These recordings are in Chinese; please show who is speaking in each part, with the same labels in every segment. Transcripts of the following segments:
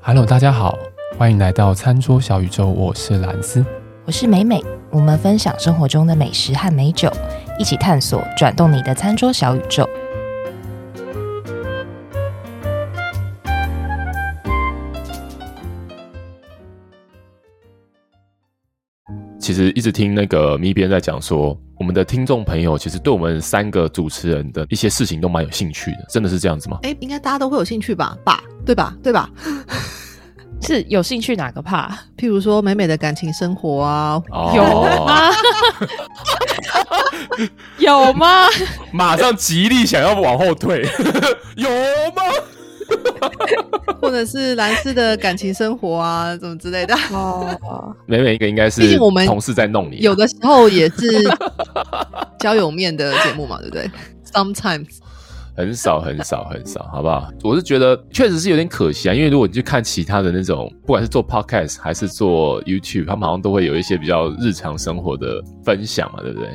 Speaker 1: Hello，大家好，欢迎来到餐桌小宇宙，我是蓝斯。
Speaker 2: 我是美美，我们分享生活中的美食和美酒，一起探索转动你的餐桌小宇宙。
Speaker 3: 其实一直听那个咪边在讲说，我们的听众朋友其实对我们三个主持人的一些事情都蛮有兴趣的，真的是这样子吗？
Speaker 4: 哎，应该大家都会有兴趣吧？吧，对吧？对吧？
Speaker 5: 是有兴趣哪个怕？
Speaker 4: 譬如说美美的感情生活啊，
Speaker 5: 有吗？ 有吗？
Speaker 3: 哦马上极力想要往后退， 有吗？
Speaker 4: 或者是蓝斯的感情生活啊，怎么之类的。
Speaker 5: 哦，
Speaker 3: 美美一个应该是，
Speaker 4: 毕竟我们
Speaker 3: 同事在弄你啊、
Speaker 4: 有的时候也是交友面的节目嘛，对不对？Sometimes
Speaker 3: 很少很少很少，好不好？我是觉得确实是有点可惜啊，因为如果你去看其他的那种，不管是做 podcast 还是做 YouTube，他们好像都会有一些比较日常生活的分享嘛，对不对？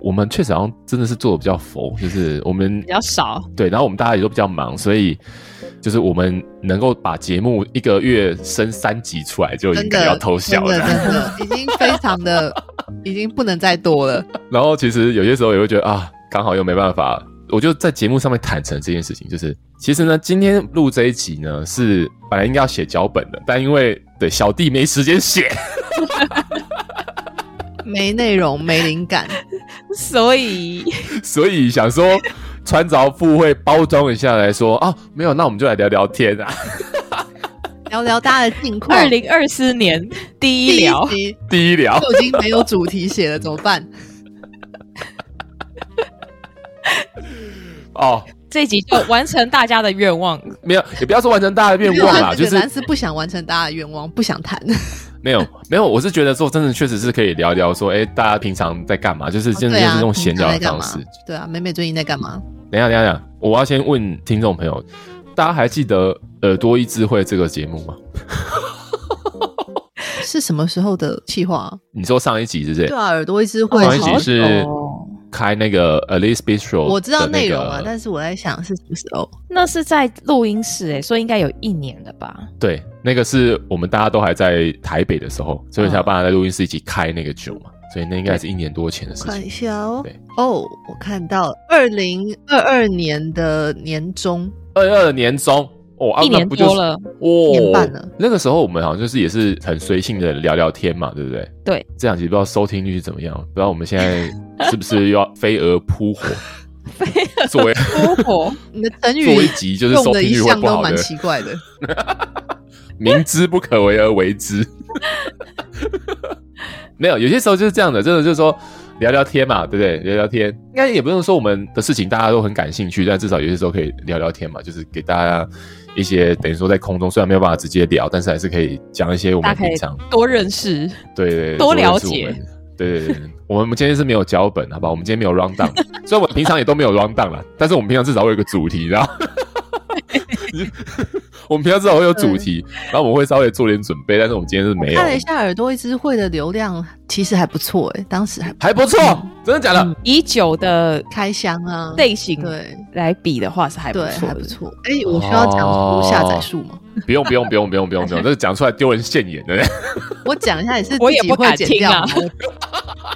Speaker 3: 我们确实好像真的是做的比较佛，就是我们
Speaker 5: 比较少。
Speaker 3: 对，然后我们大家也都比较忙，所以就是我们能够把节目一个月升三集出来，就已经
Speaker 4: 真
Speaker 3: 感
Speaker 4: 的
Speaker 3: 觉要偷笑
Speaker 4: 真的
Speaker 3: 了。
Speaker 4: 真的已经非常的，已经不能再多了。
Speaker 3: 然后其实有些时候也会觉得啊，刚好又没办法，我就在节目上面坦诚这件事情，就是其实呢，今天录这一集呢是本来应该要写脚本的，但因为对小弟没时间写，
Speaker 4: 没内容，没灵感，
Speaker 5: 所以
Speaker 3: 所以想说穿着赴会包装一下来说啊，没有，那我们就来聊聊天啊。
Speaker 4: 聊聊大家的近况。
Speaker 5: 二零二四年 第一聊
Speaker 4: 第一集
Speaker 3: 第一聊，
Speaker 4: 就已经没有主题写了，怎么办？
Speaker 3: 哦，
Speaker 5: 这一集就完成大家的愿望。
Speaker 3: 没有，也不要说完成大家的愿
Speaker 4: 没有
Speaker 3: 望
Speaker 4: 啊
Speaker 3: 啦，
Speaker 4: 这
Speaker 3: 就
Speaker 4: 个
Speaker 3: 是
Speaker 4: 蓝斯不想完成大家的愿望，不想谈。
Speaker 3: 没有没有，我是觉得说真的，确实是可以聊聊说，哎，大家平常在干嘛？ 就是真的
Speaker 4: 对
Speaker 3: 就
Speaker 4: 啊
Speaker 3: 是这种闲聊的方式。
Speaker 4: 平常在干嘛对啊，美美最近在干嘛？
Speaker 3: 等一下等一下等一下，我要先问听众朋友，大家还记得《耳朵一智慧》这个节目吗？
Speaker 4: 是什么时候的计划啊？
Speaker 3: 你说上一集是不是
Speaker 4: 对？啊，耳朵一直会。
Speaker 3: 上一集
Speaker 5: 好
Speaker 3: 是
Speaker 5: 久哦
Speaker 3: 开那个 Alice Bistro，
Speaker 4: 我知道
Speaker 3: 的那
Speaker 4: 内容
Speaker 3: 个
Speaker 4: 啊，但是我在想是什么时候？
Speaker 5: 那是在录音室欸诶，所以应该有一年了吧？
Speaker 3: 对，那个是我们大家都还在台北的时候，所以才有办法在录音室一起开那个酒嘛，所以那应该是一年多前的
Speaker 4: 我
Speaker 3: 事
Speaker 4: 看一
Speaker 3: 情。
Speaker 4: 下哦
Speaker 3: 对。
Speaker 4: 哦，我看到二零二二年的年中，
Speaker 3: 二二年中。哦，啊
Speaker 5: 一年
Speaker 3: 那不就是
Speaker 5: 多了
Speaker 3: 哦，
Speaker 4: 年半了
Speaker 3: 那个时候我们好像就是也是很随性的聊聊天嘛，对不对？
Speaker 5: 对，
Speaker 3: 这两集不知道收听率是怎么样，不知道我们现 在是不是又要飞蛾扑火，作为
Speaker 5: 多火，
Speaker 4: 你的
Speaker 3: 作
Speaker 4: 成
Speaker 3: 为
Speaker 4: 语
Speaker 3: 一集就是收
Speaker 4: 用的
Speaker 3: 听
Speaker 4: 一
Speaker 3: 率会
Speaker 4: 项
Speaker 3: 不
Speaker 4: 都
Speaker 3: 好
Speaker 4: 蛮
Speaker 3: 的，
Speaker 4: 奇怪的。
Speaker 3: 明知不可为而为之。 没有，有些时候就是这样的，真的就是说聊聊天嘛，对不对？聊聊天，应该也不用说我们的事情大家都很感兴趣，但至少有些时候可以聊聊天嘛，就是给大家一些等于说在空中虽然没有办法直接聊，但是还是可以讲一些我
Speaker 5: 大
Speaker 3: 们
Speaker 5: 家可
Speaker 3: 平
Speaker 5: 以
Speaker 3: 常
Speaker 5: 多认识。
Speaker 3: 对对，对
Speaker 5: 多
Speaker 3: 这个
Speaker 5: 了
Speaker 3: 是我
Speaker 5: 解
Speaker 3: 们。对对对，我们今天是没有脚本，好吧？我们今天没有 round down，虽然我们平常也都没有 round down 啦，但是我们平常至少会有一个主题，然后我们平常至少会有主题，然后我们会稍微做点准备，但是我们今天是 没有
Speaker 4: 看，了一下耳朵一直会的流量，其实还不错诶，当时还
Speaker 3: 还不错，真的假的？
Speaker 5: 嗯以酒的
Speaker 4: 开箱啊，
Speaker 5: 类型
Speaker 4: 对
Speaker 5: 来比的话是还不
Speaker 4: 对
Speaker 5: 错的，
Speaker 4: 还不错。哎，我需要讲
Speaker 3: 哦
Speaker 4: 出下载数吗？
Speaker 3: 不用不用不用不用不用不用，这个讲出来丢人现眼的，
Speaker 4: 我讲一下也是
Speaker 5: 我也
Speaker 4: 自己
Speaker 5: 不敢
Speaker 4: 会剪
Speaker 5: 听
Speaker 4: 掉
Speaker 5: 啊
Speaker 4: 吗，我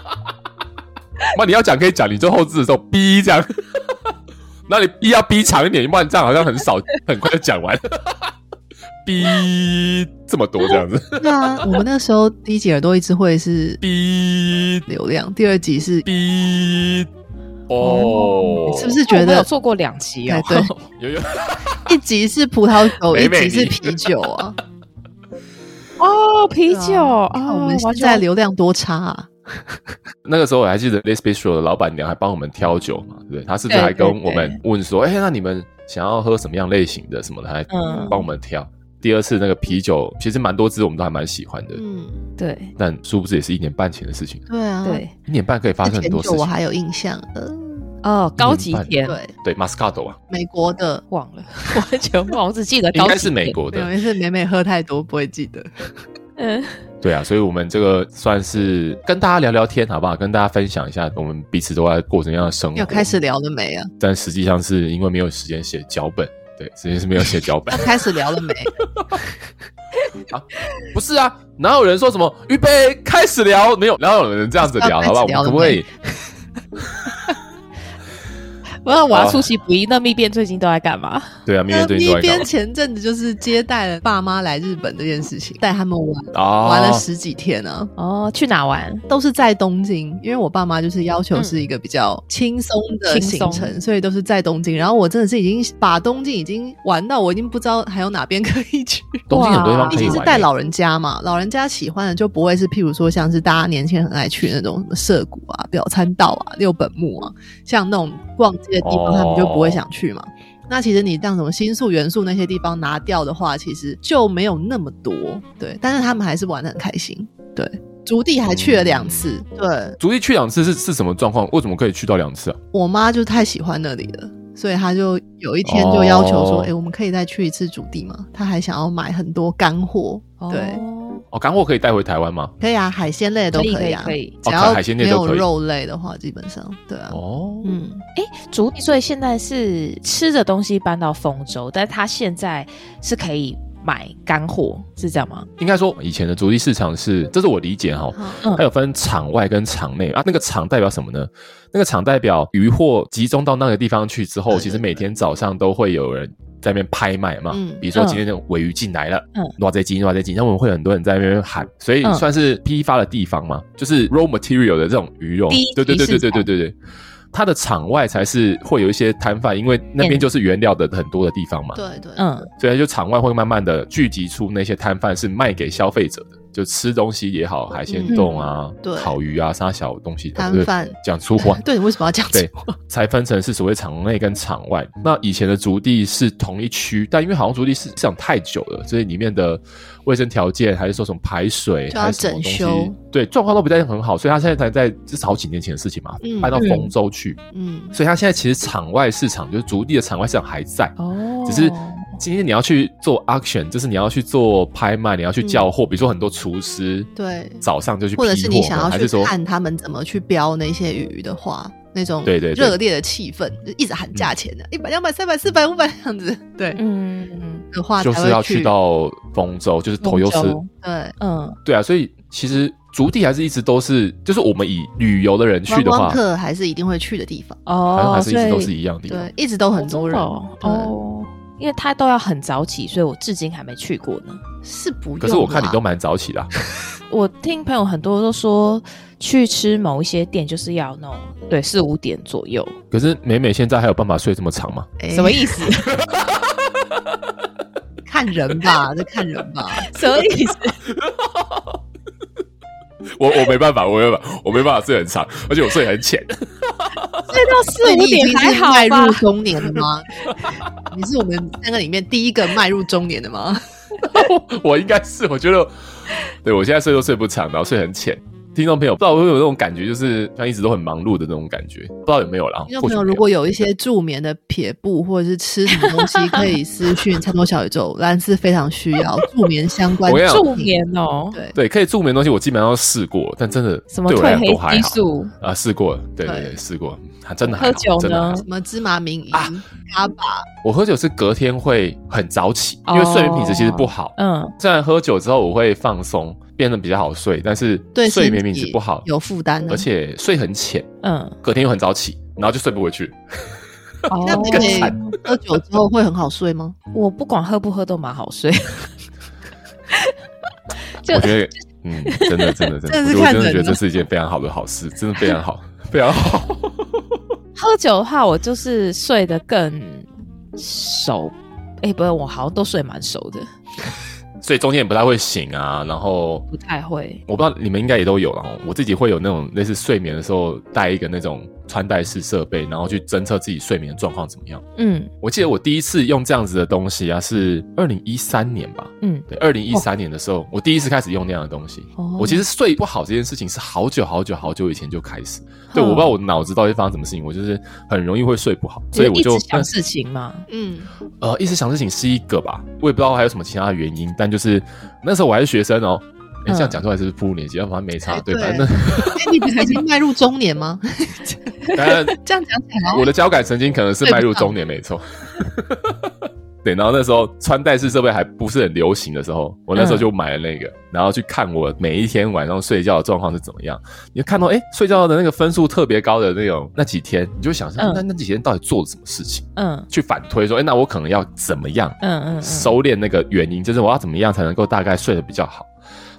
Speaker 3: 妈你要讲可以讲，你最后置的时候逼这样，那你逼要逼长一点，不然这样好像很少，很快就讲完，逼这么多这样子。
Speaker 4: 对啊，我们那时候第一集耳朵一直会是
Speaker 3: 哔
Speaker 4: 流量，第二集是
Speaker 3: 哔哦，
Speaker 4: 是不是
Speaker 5: 那
Speaker 4: 觉
Speaker 5: 我们有
Speaker 4: 得
Speaker 5: 做过两集
Speaker 4: 哎
Speaker 5: 哦？
Speaker 4: 对，
Speaker 3: 有有
Speaker 4: 一集是葡萄酒，
Speaker 3: 美
Speaker 4: 一
Speaker 3: 美
Speaker 4: 集是
Speaker 3: 你
Speaker 4: 啤酒啊？
Speaker 5: 哦，啤酒
Speaker 4: 对啊你看
Speaker 5: 啊，
Speaker 4: 我们现
Speaker 5: 完全
Speaker 4: 在流量多差啊！
Speaker 3: 那个时候我还记得 Les Special 的老板娘还帮我们挑酒嘛，对不对？她是不是
Speaker 5: 对
Speaker 3: 还跟
Speaker 5: 对
Speaker 3: 我们
Speaker 5: 对
Speaker 3: 问说，哎，那你们想要喝什么样类型的什么的，还
Speaker 5: 嗯
Speaker 3: 帮我们挑。第二次那个啤酒其实蛮多支，我们都还蛮喜欢的，
Speaker 4: 嗯，
Speaker 5: 对
Speaker 3: 但殊不知也是一年半前的事情，
Speaker 4: 对啊，
Speaker 5: 对，
Speaker 3: 一年半可以发
Speaker 4: 那
Speaker 3: 生很
Speaker 4: 甜
Speaker 3: 多事
Speaker 4: 酒我
Speaker 3: 情。
Speaker 4: 还有印象，呃，
Speaker 5: 哦，高级
Speaker 3: 半
Speaker 5: 甜
Speaker 4: 对，
Speaker 3: 对 Moscato 啊，
Speaker 4: 美国的。
Speaker 5: 忘了， 完全忘了，我只记得高
Speaker 3: 应
Speaker 5: 级
Speaker 3: 该是
Speaker 5: 甜
Speaker 3: 美。国
Speaker 4: 没有，
Speaker 3: 的，
Speaker 4: 因为美美喝太多不会记得。
Speaker 5: 嗯，
Speaker 3: 对啊，所以我们这个算是跟大家聊聊天，好不好？跟大家分享一下我们彼此都在过什么样的生活。
Speaker 4: 要开始聊了没啊？
Speaker 3: 但实际上是因为没有时间写脚本，对，直接是没有写脚本
Speaker 4: 那。开始聊了没？
Speaker 3: 不是啊，哪有人说什么预备开始聊？没有，哪有人这样子聊？好不好？我
Speaker 4: 啊开始聊
Speaker 3: 们可不可以？
Speaker 5: 我要我
Speaker 3: 好
Speaker 5: 要出其不意。那蜜变最近都在干嘛？
Speaker 3: 对啊，蜜月
Speaker 4: 那
Speaker 3: 对
Speaker 4: 咪
Speaker 3: 你都在干
Speaker 4: 呃边
Speaker 3: 嘛
Speaker 4: 前阵子就是接待了爸妈来日本这件事情，带他们玩。
Speaker 3: 啊
Speaker 4: 玩了十几天啊，
Speaker 5: 哦，去哪玩？
Speaker 4: 都是在东京，因为我爸妈就是要求是一个比较轻松的
Speaker 5: 嗯轻
Speaker 4: 行
Speaker 5: 松
Speaker 4: 程，所以都是在东京。然后我真的是已经把东京已经玩到我已经不知道还有哪边可以去。
Speaker 3: 东京很多地方
Speaker 4: 毕
Speaker 3: 可以
Speaker 4: 竟
Speaker 3: 玩
Speaker 4: 是
Speaker 3: 耶，
Speaker 4: 带老人家嘛，老人家喜欢的就不会是，譬如说像是大家年轻人很爱去那种什么涩谷啊、表参道啊、六本木啊，像那种逛街的地方，
Speaker 3: 哦
Speaker 4: 他们就不会想去嘛。那其实你像什么新宿、元素那些地方拿掉的话，其实就没有那么多，对。但是他们还是玩的很开心，对。竹地还去了两次，
Speaker 3: 嗯
Speaker 4: 对
Speaker 3: 足地去两次是是什么状况？为什么可以去到两次啊？
Speaker 4: 我妈就太喜欢那里了，所以她就有一天就要求说：“
Speaker 3: 哦
Speaker 4: 哎、我们可以再去一次竹地吗？”她还想要买很多干货，对。
Speaker 5: 哦
Speaker 3: 哦，干货可以带回台湾吗？
Speaker 4: 可以啊，海鲜类的都
Speaker 5: 可以可以
Speaker 4: 啊，
Speaker 5: 可以。
Speaker 3: 哦
Speaker 4: 只
Speaker 3: 可
Speaker 4: 要
Speaker 3: 以海鲜类
Speaker 4: 没
Speaker 3: 都
Speaker 4: 有
Speaker 3: 可以
Speaker 4: 肉类的话，基本上对啊，
Speaker 3: 哦，
Speaker 4: 嗯，
Speaker 5: 竹地，所以现在是吃的东西搬到丰州，但他现在是可以买干货，是这样吗？
Speaker 3: 应该说以前的足地市场是，这是我理解哈，
Speaker 4: 好，
Speaker 5: 嗯
Speaker 3: 它有分场外跟场内啊。那个场代表什么呢？那个场代表渔获集中到那个地方去之后，
Speaker 4: 对
Speaker 3: 其实每天早上都会有人在那边拍卖嘛。
Speaker 4: 嗯
Speaker 3: 比如说今天的尾鱼进来了，
Speaker 5: 嗯
Speaker 3: 嗯，多少这斤，多少这斤，那我们会有很多人在那边喊，所以
Speaker 5: 嗯
Speaker 3: 算是批发的地方嘛，就是 raw material 的这种鱼肉
Speaker 5: 第一。
Speaker 3: 对对对
Speaker 5: 级市
Speaker 3: 对对对对对。它的场外才是会有一些摊贩，因为那边
Speaker 5: 店
Speaker 3: 就是原料的很多的地方嘛。
Speaker 4: 对对，
Speaker 5: 嗯，
Speaker 3: 所以就场外会慢慢的聚集出那些摊贩是卖给消费者的，就吃东西也好，海鲜冻啊、
Speaker 4: 嗯对
Speaker 3: 烤鱼啊、啥小东西，
Speaker 4: 摊
Speaker 3: 对
Speaker 4: 贩
Speaker 3: 讲粗话
Speaker 4: ，对，你为什么要这样
Speaker 3: 对
Speaker 4: 子？，
Speaker 3: 才分成是所谓场内跟场外。那以前的竹地是同一区，但因为好像竹地市市场太久了，所以里面的卫生条件还是说什么排水，
Speaker 4: 就要
Speaker 3: 还是什么东
Speaker 4: 整
Speaker 3: 西
Speaker 4: 修，
Speaker 3: 对，状况都不在很好，所以他现在才在这是好几年前的事情嘛，
Speaker 4: 嗯
Speaker 3: 搬到丰州去，
Speaker 4: 嗯，
Speaker 3: 所以他现在其实场外市场就是竹地的场外市场还在，
Speaker 5: 哦
Speaker 3: 只是今天你要去做 auction，就是你要去做拍卖，你要去叫货，比如说很多厨师
Speaker 4: 嗯对
Speaker 3: 早上就去批货
Speaker 4: 或
Speaker 3: 嘛，
Speaker 4: 者是你想要
Speaker 3: 还是
Speaker 4: 去
Speaker 3: 说
Speaker 4: 看他们怎么去标那些鱼的话，那种
Speaker 3: 对嗯对对
Speaker 4: 热烈的气氛，就一直喊价钱的，一百、两百、三百、四百、五百这样子，对
Speaker 5: 嗯嗯
Speaker 4: 的话
Speaker 3: 就
Speaker 4: 才
Speaker 3: 是要
Speaker 4: 会
Speaker 3: 去到丰州，就是头优
Speaker 5: 丰
Speaker 3: 斯，
Speaker 5: 州
Speaker 4: 对
Speaker 5: 嗯
Speaker 3: 对啊，所以其实竹地还是一直都是，就是我们以旅游的人去
Speaker 4: 观
Speaker 3: 的
Speaker 4: 光
Speaker 3: 话，
Speaker 4: 客还是一定会去的地方，
Speaker 3: 好像
Speaker 5: 哦，
Speaker 3: 还是一
Speaker 5: 所以
Speaker 3: 直都是一样的地方
Speaker 4: 对，一直都很多人
Speaker 5: 哦，
Speaker 4: 对
Speaker 5: 哦因为他都要很早起，所以我至今还没去过呢。
Speaker 4: 是不用啦，
Speaker 3: 可是我看你都蛮早起的啊、
Speaker 5: 我听朋友很多都说，去吃某一些店就是要那种对四五点左右，
Speaker 3: 可是美美现在还有办法睡这么长吗？
Speaker 4: 哎
Speaker 5: 什么意 思？
Speaker 4: 看人吧，这看人吧，
Speaker 5: 什么意思？
Speaker 3: 我我没办法，我没办法，我没办法睡很长，而且我睡很浅。
Speaker 5: 睡到四五
Speaker 4: 你已
Speaker 5: 点
Speaker 4: 经
Speaker 5: 还
Speaker 4: 是
Speaker 5: 好
Speaker 4: 迈入
Speaker 5: 吧？
Speaker 4: 中年了吗？你是我们三个里面第一个迈入中年的吗？
Speaker 3: 我应该是，我觉得，对我现在睡都睡不长，然后睡很浅。听众朋友，不知道会不会有那种感觉，就是像一直都很忙碌的那种感觉，不知道有没有啦。
Speaker 4: 听
Speaker 3: 或
Speaker 4: 众朋
Speaker 3: 许
Speaker 4: 友，
Speaker 3: 没有
Speaker 4: 如果有一些助眠的撇步或者是吃什么东西，可以私讯餐桌小宇宙，兰斯非常需要助眠相关
Speaker 3: 我跟你讲
Speaker 5: 助眠哦，
Speaker 4: 对，
Speaker 3: 对可以助眠的东西，我基本上都试过，但真的
Speaker 5: 什么
Speaker 3: 对我来
Speaker 5: 褪
Speaker 3: 讲都
Speaker 5: 黑
Speaker 3: 还
Speaker 5: 激
Speaker 3: 好
Speaker 5: 素？
Speaker 3: 啊，试过了，对对
Speaker 4: 对
Speaker 3: 对，试过，还真的还
Speaker 5: 喝
Speaker 3: 好。
Speaker 5: 酒
Speaker 3: 真的还
Speaker 5: 呢
Speaker 3: 好？
Speaker 4: 什么芝麻明仪
Speaker 3: 啊、
Speaker 4: 嘎巴，
Speaker 3: 我喝酒是隔天会很早起，因为
Speaker 5: 哦
Speaker 3: 睡眠品质其实不好。
Speaker 5: 嗯，
Speaker 3: 虽然喝酒之后我会放松，变得比较好睡，但是
Speaker 4: 对
Speaker 3: 睡眠品
Speaker 4: 身体
Speaker 3: 质不好，
Speaker 4: 有负担的
Speaker 3: 而。且睡很浅，
Speaker 5: 嗯，
Speaker 3: 隔天又很早起，然后就睡不回去。
Speaker 4: 那
Speaker 5: 哦
Speaker 4: 你可以喝酒之后会很好睡吗？
Speaker 5: 我不管喝不喝都蛮好睡， 就
Speaker 3: 我觉得，嗯，真的，真的，真的，
Speaker 4: 真的
Speaker 3: 我觉
Speaker 4: 是
Speaker 3: 得我
Speaker 4: 看
Speaker 3: 真的
Speaker 4: 人
Speaker 3: 觉得这
Speaker 4: 了
Speaker 3: 是一件非常好的好事， 真的非常好，非常好。
Speaker 5: 喝酒的话，我就是睡得更熟。哎、不是，我好像都睡蛮熟的，
Speaker 3: 所以中间也不太会醒啊，然后
Speaker 5: 不太会。
Speaker 3: 我不知道你们应该也都有啦，然后我自己会有那种类似睡眠的时候带一个那种穿戴式设备，然后去侦测自己睡眠的状况怎么样。
Speaker 5: 嗯
Speaker 3: 我记得我第一次用这样子的东西啊，是二零一三年吧。
Speaker 5: 嗯，
Speaker 3: 对，二零一三年的时候，我第一次开始用那样的东西。
Speaker 5: 哦
Speaker 3: 我其实睡不好这件事情是好久好久好久以前就开始。
Speaker 5: 哦
Speaker 3: 对，我不知道我脑子到底发生什么事情，我就是很容易会睡不好，所以我就
Speaker 5: 一直想事情嘛。
Speaker 4: 嗯，
Speaker 3: 呃，一直想事情是一个吧，我也不知道还有什么其他的原因，但就是那时候我还是学生哦。诶
Speaker 5: 嗯
Speaker 3: 这样讲出来是不是步入年纪？要不然没差，对吧？
Speaker 4: 对
Speaker 3: 那
Speaker 4: 哎，你不是已经迈入中年吗？
Speaker 3: 当然，
Speaker 4: 这样讲起来好像
Speaker 3: 我的交感神经可能是迈入中年，没错。 对，然后那时候穿戴式设备还不是很流行的时候，我
Speaker 5: 嗯
Speaker 3: 那时候就买了那个，然后去看我每一天晚上睡觉的状况是怎么样。你就看到哎、诶睡觉的那个分数特别高的那种那几天，你就想说、
Speaker 5: 嗯
Speaker 3: 那那几天到底做了什么事情？
Speaker 5: 嗯
Speaker 3: 去反推说，哎、那我可能要怎么样
Speaker 5: 嗯嗯，
Speaker 3: 收敛那个原因，就是我要怎么样才能够大概睡得比较好。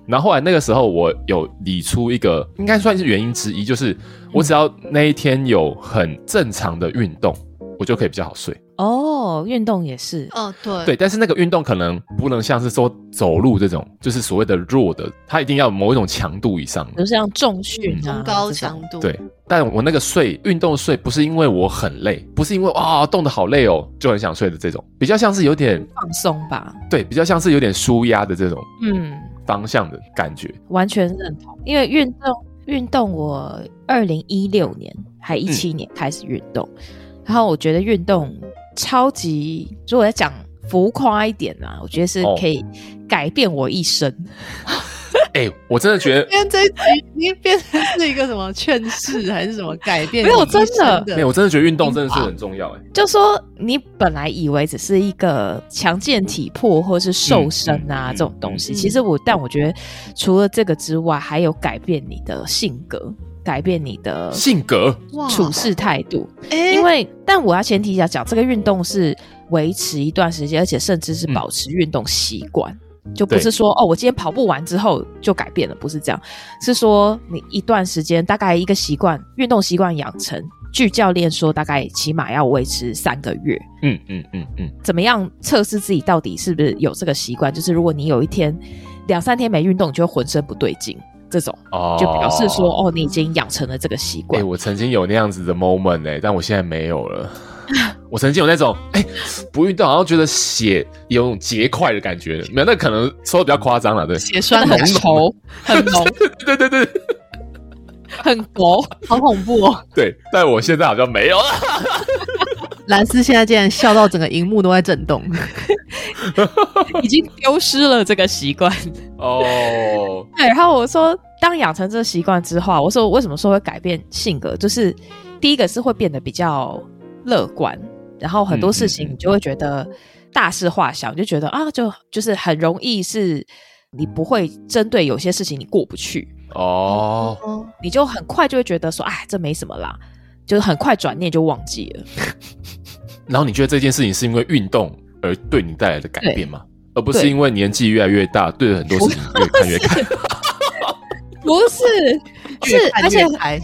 Speaker 3: 然后后来那个时候，我有理出一个应该算是原因之一，就是我只要那一天有很正常的运动，我就可以比较好睡。
Speaker 5: 哦，运动也是，
Speaker 4: 哦，
Speaker 5: 嗯
Speaker 4: 对
Speaker 3: 对，但是那个运动可能不能像是说走路这种，就是所谓的弱的，它一定要有某一种强度以上的
Speaker 5: 比如。像重训啊，
Speaker 4: 嗯中高
Speaker 5: 这种
Speaker 4: 强度，
Speaker 3: 对，但我那个睡运动睡不是因为我很累，不是因为啊、动得好累哦就很想睡的这种，比较像是有点
Speaker 5: 放松吧。
Speaker 3: 对，比较像是有点舒压的这种
Speaker 5: 嗯，
Speaker 3: 方向的感觉。
Speaker 5: 完全认同，因为运动运动，我二零一六年还
Speaker 3: 嗯
Speaker 5: 一七年开始运动，然后我觉得运动超级，如果要讲浮夸一点啊，我觉得是
Speaker 3: 哦
Speaker 5: 可以改变我一生。
Speaker 3: 哎、我真的觉得
Speaker 4: 今天这一集已经变成是一个什么劝世还是什么改变？
Speaker 5: 没有真的
Speaker 4: 的
Speaker 3: 没有，我真的觉得运动真的是很重要、哎，
Speaker 5: 就说你本来以为只是一个强健体魄或是瘦身啊、
Speaker 3: 嗯嗯
Speaker 5: 这种东西，
Speaker 4: 嗯
Speaker 5: 其实我但我觉得除了这个之外，还有改变你的性格，改变你的
Speaker 3: 性格
Speaker 4: 哇
Speaker 5: 处事态度。
Speaker 4: 哎，
Speaker 5: 因为，但我要前提要讲，这个运动是维持一段时间，而且甚至是保持运动习惯，就不
Speaker 3: 对
Speaker 5: 是说哦，我今天跑步完之后就改变了，不是这样，是说你一段时间大概一个习惯，运动习惯养成，据教练说大概起码要维持三个月。
Speaker 3: 嗯嗯嗯嗯，
Speaker 5: 怎么样测试自己到底是不是有这个习惯？就是如果你有一天两三天没运动，你就会浑身不对劲，这种
Speaker 3: 哦
Speaker 5: 就表示说哦，你已经养成了这个习
Speaker 3: 哎、
Speaker 5: 惯。
Speaker 3: 我曾经有那样子的 moment 哎、但我现在没有了。 我曾经有那种哎、不运动好像觉得血有种结块的感觉，没有，那可能说的比较夸张了，对，
Speaker 4: 血栓很稠，
Speaker 5: 稠，很浓，
Speaker 3: 对对对对
Speaker 5: 很薄。
Speaker 4: 好恐怖哦！
Speaker 3: 对，但我现在好像没有了。
Speaker 4: 蓝斯现在竟然笑到整个荧幕都在震动，
Speaker 5: 已经丢失了这个习惯。
Speaker 3: 哦，
Speaker 5: 对，然后我说，当养成这个习惯之后啊，我说我为什么说会改变性格，就是第一个是会变得比较乐观，然后很多
Speaker 3: 嗯
Speaker 5: 事情你就会觉得大事化小，你就觉得啊，就就是很容易是你不会针对有些事情你过不去，
Speaker 3: 哦，
Speaker 4: 哦，
Speaker 5: 你就很快就会觉得说，哎，这没什么啦。就是很快转念就忘记了，
Speaker 3: 然后你觉得这件事情是因为运动而对你带来的改变吗？而不是
Speaker 5: 对啊
Speaker 3: 因为年纪越来越大，对很多事情越看越 看。
Speaker 5: 不 是是
Speaker 4: 越，看
Speaker 5: 而且
Speaker 4: 越开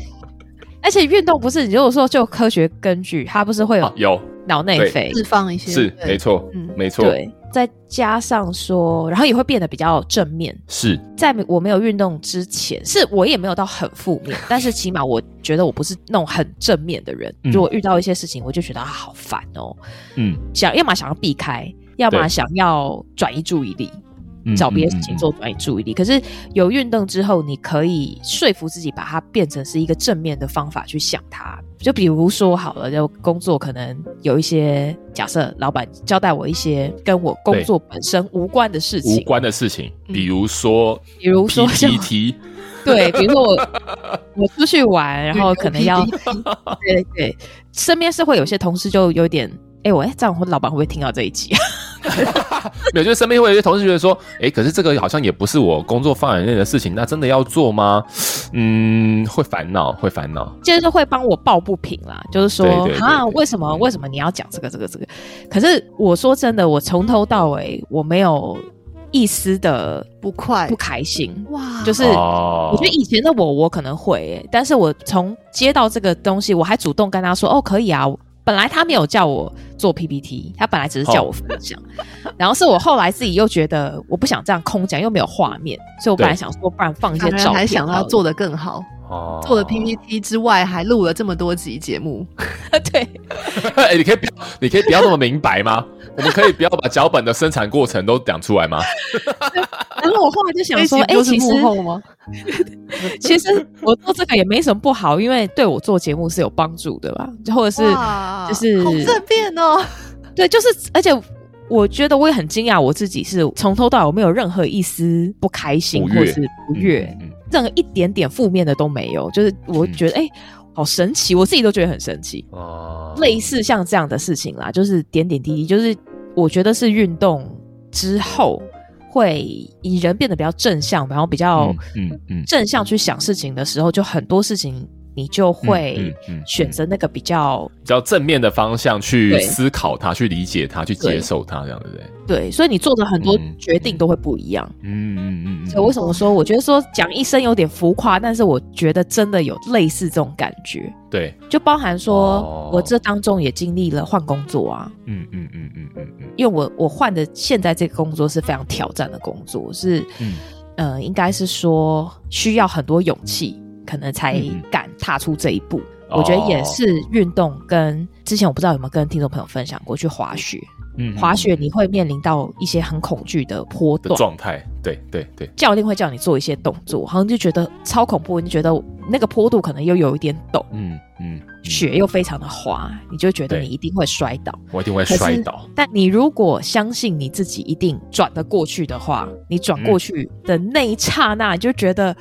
Speaker 5: 而且运动不是，你如果说就科学根据，它不是会
Speaker 3: 啊
Speaker 5: 有
Speaker 3: 有
Speaker 5: 脑内
Speaker 3: 对
Speaker 5: 啡，
Speaker 4: 释放一些
Speaker 3: 是
Speaker 4: 对
Speaker 3: 没错
Speaker 4: 嗯，
Speaker 3: 没错，
Speaker 5: 啊对，再加上说，然后也会变得比较正面。
Speaker 3: 是
Speaker 5: 在我没有运动之前，是我也没有到很负面，但是起码我觉得我不是那种很正面的人。
Speaker 3: 嗯
Speaker 5: 如果遇到一些事情，我就觉得啊好烦哦，
Speaker 3: 嗯，
Speaker 5: 想要么想要避开，要么
Speaker 3: 对
Speaker 5: 想要转移注意力，
Speaker 3: 嗯
Speaker 5: 找别的事
Speaker 3: 嗯
Speaker 5: 情。
Speaker 3: 嗯嗯
Speaker 5: 做转移注意力。可是有运动之后，你可以说服自己把它变成是一个正面的方法去想它。就比如说好了，就工作可能有一些假设，老板交代我一些跟我工作本身无关的事
Speaker 3: 无
Speaker 5: 情，嗯
Speaker 3: 关的事情，比如说，
Speaker 5: 比如说像
Speaker 3: PPT，
Speaker 5: 对，比如说我我出去玩，然后可能要对对对，身边是会有些同事就有点。哎、我哎，这样我老板会不会听到这一集？
Speaker 3: 没有，就是身边会有一些同事觉得说，哎，可是这个好像也不是我工作范围内的事情，那真的要做吗？嗯，会烦恼，会烦恼。
Speaker 5: 就是会帮我抱不平啦，就是说
Speaker 3: 对对对
Speaker 5: 啊，
Speaker 3: 对
Speaker 5: 为什么
Speaker 3: 嗯
Speaker 5: 为什么你要讲这个这个这个？可是我说真的，我从头到尾我没有一丝的
Speaker 4: 不快
Speaker 5: 不开心，
Speaker 4: 哇，
Speaker 5: 就是
Speaker 3: 哦
Speaker 5: 我觉得以前的我我可能会耶、但是我从接到这个东西，我还主动跟他说哦，可以啊。本来他没有叫我做 PPT，他本来只是叫我分享，然后是我后来自己又觉得我不想这样空讲，又没有画面，所以我
Speaker 3: 对
Speaker 5: 本来想说，不然放一些
Speaker 4: 当然
Speaker 5: 照片好了。
Speaker 4: 还想要做得更好，
Speaker 3: 哦
Speaker 4: 做了 PPT 之外，还录了这么多集节目，
Speaker 5: 对，
Speaker 3: 哎、你可以不要，你可以不要那么明白吗？ 我们可以不要把脚本的生产过程都讲出来 吗？
Speaker 5: 然后我后来就想 说，
Speaker 4: 这
Speaker 5: 哎、
Speaker 4: 一集
Speaker 5: 其
Speaker 4: 不
Speaker 5: 实
Speaker 4: 是幕后吗？
Speaker 5: 其实我做这个也没什么不好，因为对我做节目是有帮助的吧，或者是
Speaker 4: 哇
Speaker 5: 就是
Speaker 4: 好正面哦，
Speaker 5: 对，就是而且我觉得我也很惊讶，我自己是从头到尾没有任何一丝不开心
Speaker 3: 不
Speaker 5: 或
Speaker 3: 悦
Speaker 5: 是不悦，
Speaker 3: 嗯，
Speaker 5: 任何一点点负面的都没有，就是我觉得哎、诶好神奇，我自己都觉得很神奇。
Speaker 3: 哦
Speaker 5: 类似像这样的事情啦，就是点点滴滴，就是。我觉得是运动之后会以人变得比较正向，然后比较
Speaker 3: 嗯嗯嗯
Speaker 5: 正向去想事情的时候，就很多事情你就会
Speaker 3: 嗯嗯嗯
Speaker 5: 选择那个比较
Speaker 3: 比较正面的方向去
Speaker 5: 对
Speaker 3: 思考它，去理解它，去接
Speaker 5: 对
Speaker 3: 受它，这样对不对？
Speaker 5: 对，所以你做的很多
Speaker 3: 嗯
Speaker 5: 决定都会不一样。
Speaker 3: 嗯嗯嗯嗯
Speaker 5: 所以为什么说我觉得说讲一生有点浮夸，但是我觉得真的有类似这种感觉，
Speaker 3: 对，
Speaker 5: 就包含
Speaker 3: 哦
Speaker 5: 说我这当中也经历了换工作啊，
Speaker 3: 嗯嗯嗯嗯嗯嗯
Speaker 5: 因为我我换的现在这个工作是非常挑战的工作，是，
Speaker 3: 嗯
Speaker 5: 呃，应该是说需要很多勇气，可能才
Speaker 3: 嗯嗯
Speaker 5: 敢踏出这一步。
Speaker 3: 哦
Speaker 5: 我觉得也是运动跟之前我不知道有没有跟听众朋友分享过，去滑雪，
Speaker 3: 嗯，
Speaker 5: 滑雪你会面临到一些很恐惧的坡
Speaker 3: 的
Speaker 5: 段，
Speaker 3: 状态，对对对，
Speaker 5: 教练会叫你做一些动作，好像就觉得超恐怖，你就觉得那个坡度可能又有一点陡，
Speaker 3: 嗯嗯，嗯
Speaker 5: 雪又非常的滑，你就觉得
Speaker 3: 对
Speaker 5: 你一定会摔倒。
Speaker 3: 我一定会
Speaker 5: 可是
Speaker 3: 摔倒，
Speaker 5: 但你如果相信你自己一定转得过去的话，你转过去的那一刹那，你就觉得、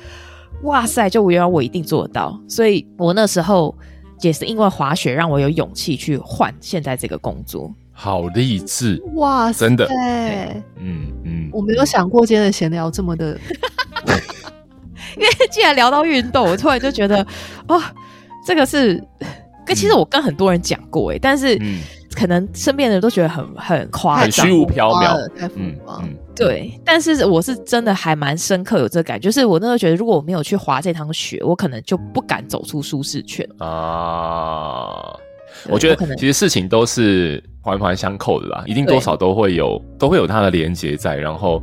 Speaker 5: 哇塞，就原来我一定做得到。所以我那时候也是因为滑雪让我有勇气去换现在这个工作。
Speaker 3: 好励志，
Speaker 4: 哇塞，
Speaker 3: 真的嗯嗯，
Speaker 4: 我没有想过今天的闲聊这么的，
Speaker 5: 因为既然聊到运动，我突然就觉得 哦，这个是。跟其实我跟很多人讲过哎、但是
Speaker 3: 嗯
Speaker 5: 可能身边的人都觉得很很夸
Speaker 3: 很
Speaker 5: 张，
Speaker 3: 虚无缥
Speaker 4: 哇
Speaker 3: 缈，
Speaker 4: 太浮
Speaker 3: 嗯
Speaker 4: 夸了。
Speaker 3: 嗯，
Speaker 5: 对，但是我是真的还蛮深刻有这个感觉，就是我那时候觉得，如果我没有去滑这趟雪，我可能就不敢走出舒适圈。
Speaker 3: 啊。
Speaker 5: 对
Speaker 3: 我觉
Speaker 5: 可
Speaker 3: 得
Speaker 5: 能
Speaker 3: 其实事情都是环环相扣的啦，一定
Speaker 5: 对
Speaker 3: 多少都会有都会有它的连接在。然后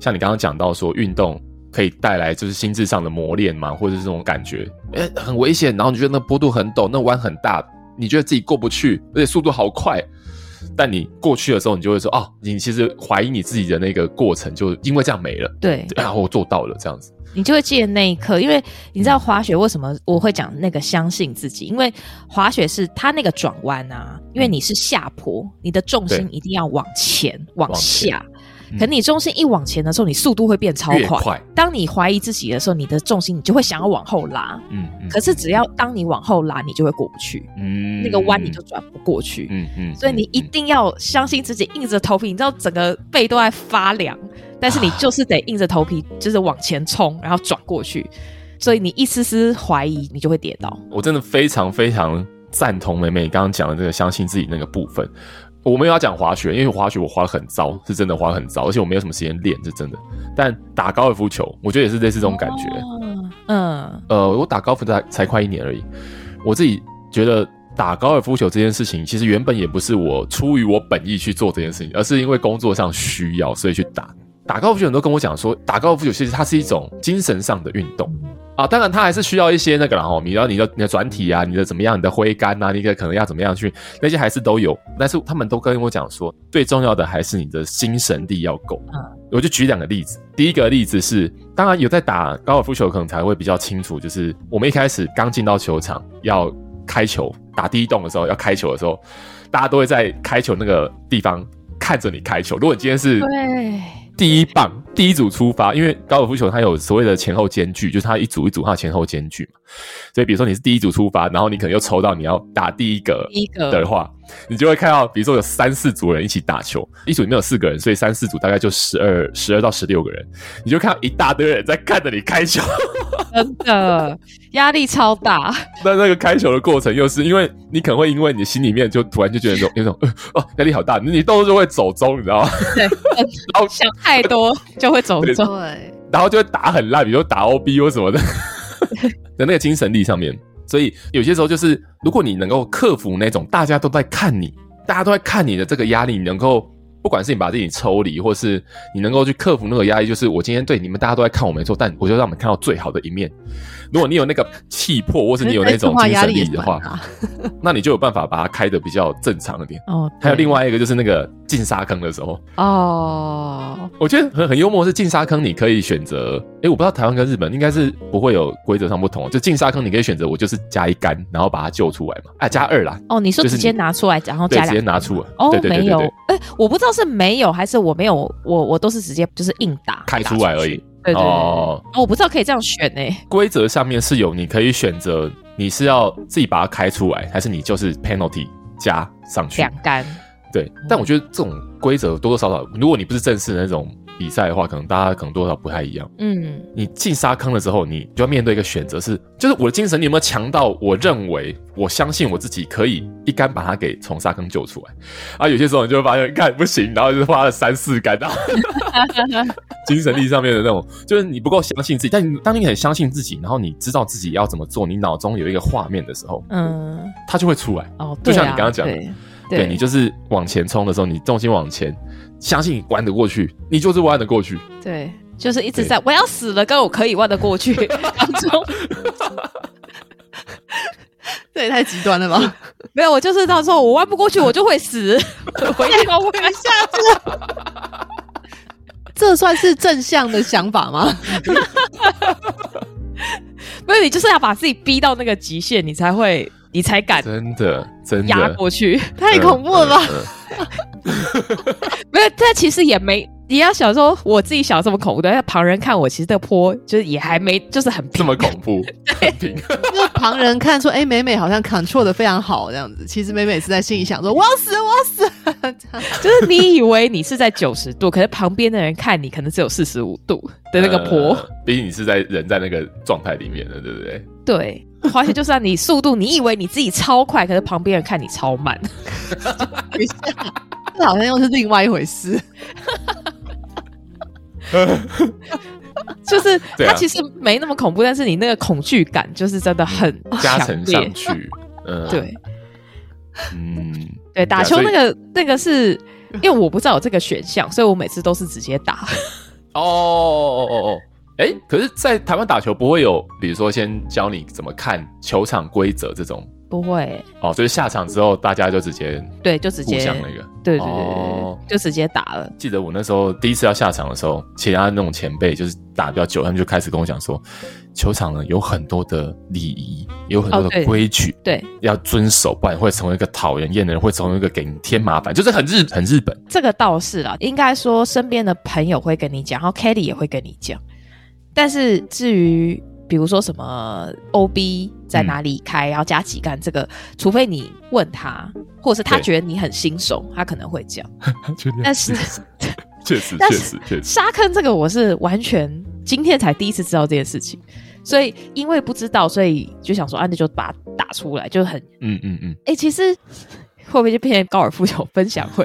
Speaker 3: 像你刚刚讲到说，运动可以带来就是心智上的磨练嘛，或者是这种感觉，诶、很危险，然后你觉得那坡度很陡，那弯很大，你觉得自己过不去，而且速度好快。但你过去的时候，你就会说哦，你其实怀疑你自己的那个过程，就因为这样没了，
Speaker 5: 对
Speaker 3: 然后我做到了这样子。
Speaker 5: 你就会记得那一刻，因为你知道滑雪为什么我会讲那个相信自己，因为滑雪是它那个转弯啊，因为你是下坡，你的重心
Speaker 3: 嗯对
Speaker 5: 一定要往前往
Speaker 3: 往前
Speaker 5: 下。
Speaker 3: 嗯
Speaker 5: 可你重心一往前的时候，你速度会变超
Speaker 3: 越
Speaker 5: 快。
Speaker 3: 快
Speaker 5: 当你怀疑自己的时候，你的重心你就会想要往后拉。
Speaker 3: 嗯，嗯
Speaker 5: 可是只要当你往后拉，你就会过不去，
Speaker 3: 嗯
Speaker 5: 那个弯你就转不过去。
Speaker 3: 嗯嗯，
Speaker 5: 所以你一
Speaker 3: 嗯
Speaker 5: 定要相信自己，硬着头皮，你知道整个背都在发凉，但是你
Speaker 3: 啊
Speaker 5: 就是得硬着头皮，就是往前冲，然后转过去。所以你一丝丝怀疑，你就会跌倒。
Speaker 3: 我真的非常非常赞同美美刚刚讲的这个相信自己那个部分。我没有要讲滑雪，因为滑雪我滑的很糟，是真的滑得很糟，而且我没有什么时间练，是真的。但打高尔夫球，我觉得也是类似这种感觉。
Speaker 5: 哦嗯，
Speaker 3: 呃，我打高尔夫才才快一年而已，我自己觉得打高尔夫球这件事情，其实原本也不是我出于我本意去做这件事情，而是因为工作上需要，所以去打。打高尔夫球，很多跟我讲说，打高尔夫球其实它是一种精神上的运动啊，当然它还是需要一些那个啦哦吼，你要你的你的转体啊，你的怎么样，你的挥杆啊，你的可能要怎么样去，那些还是都有，但是他们都跟我讲说，最重要的还是你的精神力要够。我就举两个例子。第一个例子是，当然有在打高尔夫球，可能才会比较清楚，就是我们一开始刚进到球场要开球，打第一洞的时候要开球的时候，大家都会在开球那个地方看着你开球。如果你今天是
Speaker 5: 对，
Speaker 3: 第一棒第一组出发，因为高尔夫球它有所谓的前后间距，就是它一组一组它有前后间距嘛。所以比如说你是第一组出发，然后你可能又抽到你要打第一个
Speaker 5: 第一个
Speaker 3: 的话，你就会看到，比如说有三四组人一起打球，一组里面有四个人，所以三四组大概就十二十二到十六个人，你就看到一大堆人在看着你开球。
Speaker 5: 真的压力超大。
Speaker 3: 那那个开球的过程，又是因为你可能会因为你心里面就突然就觉得说有种呃哦压力好大，你动作就会走中，你知道吗？
Speaker 5: 想太多就会走
Speaker 3: 对
Speaker 5: 走。
Speaker 4: 对，
Speaker 3: 然后就会打很烂，比如说打 OB 或什 么的，在那个精神力上面。所以有些时候就是，如果你能够克服那种大家都在看你，大家都在看你的这个压力，你能够不管是你把自己抽离，或是你能够去克服那个压力，就是我今天对你们大家都在看我没错，但我就让你们看到最好的一面。如果你有那个气魄，或是你有那种精神力的啊话，
Speaker 4: 啊
Speaker 3: 那你就有办法把它开的比较正常一点。
Speaker 5: 哦，
Speaker 3: 还有另
Speaker 5: 外
Speaker 3: 外一个就是那个进沙坑的时候，
Speaker 5: 哦，
Speaker 3: 我觉得很很幽默，是进沙坑你可以选择，诶，我不知道台湾跟日本应该是不会有规则上不同，就进沙坑你可以选择，我就是加一杆，然后把它救出来嘛，啊，加二啦，
Speaker 5: 哦，你说
Speaker 3: 就是
Speaker 5: 直接
Speaker 3: 你
Speaker 5: 拿出来，然后
Speaker 3: 对
Speaker 5: 加，
Speaker 3: 直
Speaker 5: 两
Speaker 3: 接
Speaker 5: 个
Speaker 3: 拿出来，
Speaker 5: 哦
Speaker 3: 对，对对
Speaker 5: 没
Speaker 3: 对
Speaker 5: 有
Speaker 3: 对，，
Speaker 5: 哎，我不知道是没有还是我没有，我我都是直接就是硬打，
Speaker 3: 开
Speaker 5: 打
Speaker 3: 出来而
Speaker 5: 去
Speaker 3: 已。。
Speaker 5: 对对对，
Speaker 3: 哦，
Speaker 5: 我不知道可以这样选欸呢。
Speaker 3: 规则上面是有，你可以选择你是要自己把它开出来，还是你就是 penalty 加上去
Speaker 5: 两。杆，
Speaker 3: 对，但我觉得这种规则多多少少，如果你不是正式的那种比赛的话，可能大家可能多少不太一样。
Speaker 5: 嗯，
Speaker 3: 你进沙坑了之后，你就要面对一个选择是，就是我的精神力有没有强到我认为我相信我自己可以一竿把它给从沙坑救出来。啊， 有些时候你就会发现，看不行，然后就是花了三四竿，然后 精神力上面的那种，就是你不够相信自己。但你当你很相信自己，然后你知道自己要怎么做，你脑中有一个画面的时候，
Speaker 5: 嗯，
Speaker 3: 它就会出来。
Speaker 5: 哦，
Speaker 3: 就
Speaker 5: 对
Speaker 3: 像
Speaker 5: 啊
Speaker 3: 你刚刚讲的
Speaker 5: 对，
Speaker 3: 对你就是往前冲的时候，你重心往前，相信你弯得过去，你就是弯得过去。
Speaker 5: 对，就是一直
Speaker 3: 对
Speaker 5: 在我要死了，跟我可以弯 得过去当中，
Speaker 4: 这也太极端了 吧？
Speaker 5: 没有，我就是到时候我弯不过去，我就 会死，我一定要弯下去。
Speaker 4: 这算是正向的想法吗？
Speaker 5: 没有，你就是要把自己逼到那个极限，你才会，你才敢
Speaker 3: 真的，真
Speaker 5: 压
Speaker 3: 的，
Speaker 5: 过去。
Speaker 4: 太恐怖了吧！
Speaker 3: 嗯嗯
Speaker 5: 没有，但其实也没。你要想说，我自己想这么恐怖的，但旁人看我，其实这个坡就是也还没，就是很
Speaker 3: 这
Speaker 5: 平
Speaker 3: 么恐怖，很平。
Speaker 4: 就是旁人看说，哎、美美好像 control 的非常好这样子，其实美美是在心里想说，我要死，我要死。这 样
Speaker 5: 就是你以为你是在九十度，可是旁边的人看你可能只有四十五度的那个坡。
Speaker 3: 呃，毕竟你是在人在那个状态里面的，对不 对？
Speaker 5: 对，滑雪就是让你速度，你以为你自己超快，可是旁边人看你超慢。
Speaker 4: 等一下，这好像又是另外一回事。
Speaker 5: 就是
Speaker 3: 对啊
Speaker 5: 它其实没那么恐怖，但是你那个恐惧感就是真的很
Speaker 3: 嗯加
Speaker 5: 强
Speaker 3: 成
Speaker 5: 烈
Speaker 3: 上。去，嗯，
Speaker 5: 对，
Speaker 3: 嗯，
Speaker 5: 对，打球
Speaker 3: 所以
Speaker 5: 那个那个是。因为我不知道有这个选项，所以我每次都是直接打。
Speaker 3: 哦哦哦哦哦，哎，可是，在台湾打球不会有，比如说先教你怎么看球场规则这种，
Speaker 5: 不会，
Speaker 3: 哦，就是下场之后大家就直接
Speaker 5: 对，就直
Speaker 3: 互
Speaker 5: 接，
Speaker 3: 相那个。
Speaker 5: 对对对对，
Speaker 3: 哦
Speaker 5: 对就直接打了。
Speaker 3: 记得我那时候第一次要下场的时候，其他那种前辈就是打比较久，他们就开始跟我讲说，球场呢有很多的礼仪，有很多
Speaker 5: 哦对
Speaker 3: 的规矩，
Speaker 5: 对，
Speaker 3: 要遵守，不然会成为一个讨人厌的人，会成为一个给你添麻烦，就是很日很日本。
Speaker 5: 这个倒是啦，应该说身边的朋友会跟你讲，然后 Kelly 也会跟你讲。但是至于比如说什么 OB 在哪里开，然后加几杆，这个除非你问他，或者是他
Speaker 3: 对
Speaker 5: 觉得你很新手，他可能会讲。但是
Speaker 3: 确实，
Speaker 5: 但
Speaker 3: 确
Speaker 5: 是
Speaker 3: 实，确实，
Speaker 5: 沙坑这个我是完全今天才第一次知道这件事情，所以因为不知道，所以就想说，啊，那就把它打出来，就很
Speaker 3: 嗯嗯嗯，
Speaker 5: 哎、其实会不会就变成高尔夫球分享会？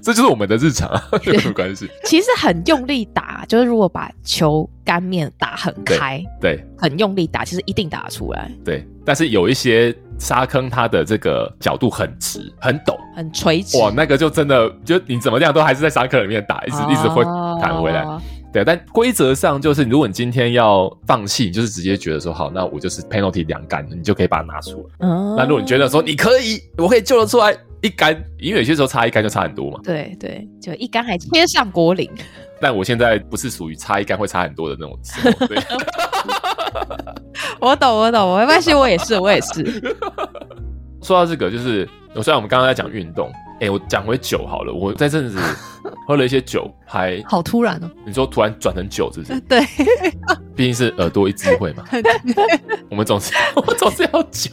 Speaker 3: 这就是我们的日常 啊，有什么关系？
Speaker 5: 其实很用力打，就是如果把球杆面打很开，
Speaker 3: 对
Speaker 5: 很用力打，其实一定打得出来，
Speaker 3: 对，但是有一些沙坑，它的这个角度很直很陡，
Speaker 5: 很垂直。
Speaker 3: 哇，那个就真的就你怎么样都还是在沙坑里面打，一直一直会弹回来。
Speaker 5: 哦
Speaker 3: 对，但规则上就是，如果你今天要放弃，你就是直接觉得说好，那我就是 penalty 两杆，你就可以把它拿出来。
Speaker 5: 嗯
Speaker 3: 那如果你觉得说你可以，我可以救得出来一杆，因为有些时候差一杆就差很多嘛。
Speaker 5: 对对，就一杆还贴上果岭，
Speaker 3: 但我现在不是属于差一杆会差很多的那种时候， 对，
Speaker 5: 我懂我懂，没关系，我也是我也 是，
Speaker 3: 说到这个，就是我虽然我们刚刚在讲运动，哎、我讲回酒好了。我在 阵子喝了一些酒，还
Speaker 4: 好突然哦。
Speaker 3: 你说突然转成酒，是不 是？
Speaker 4: 对，
Speaker 3: 毕竟是耳朵一智慧嘛，我们总是 我总是要酒。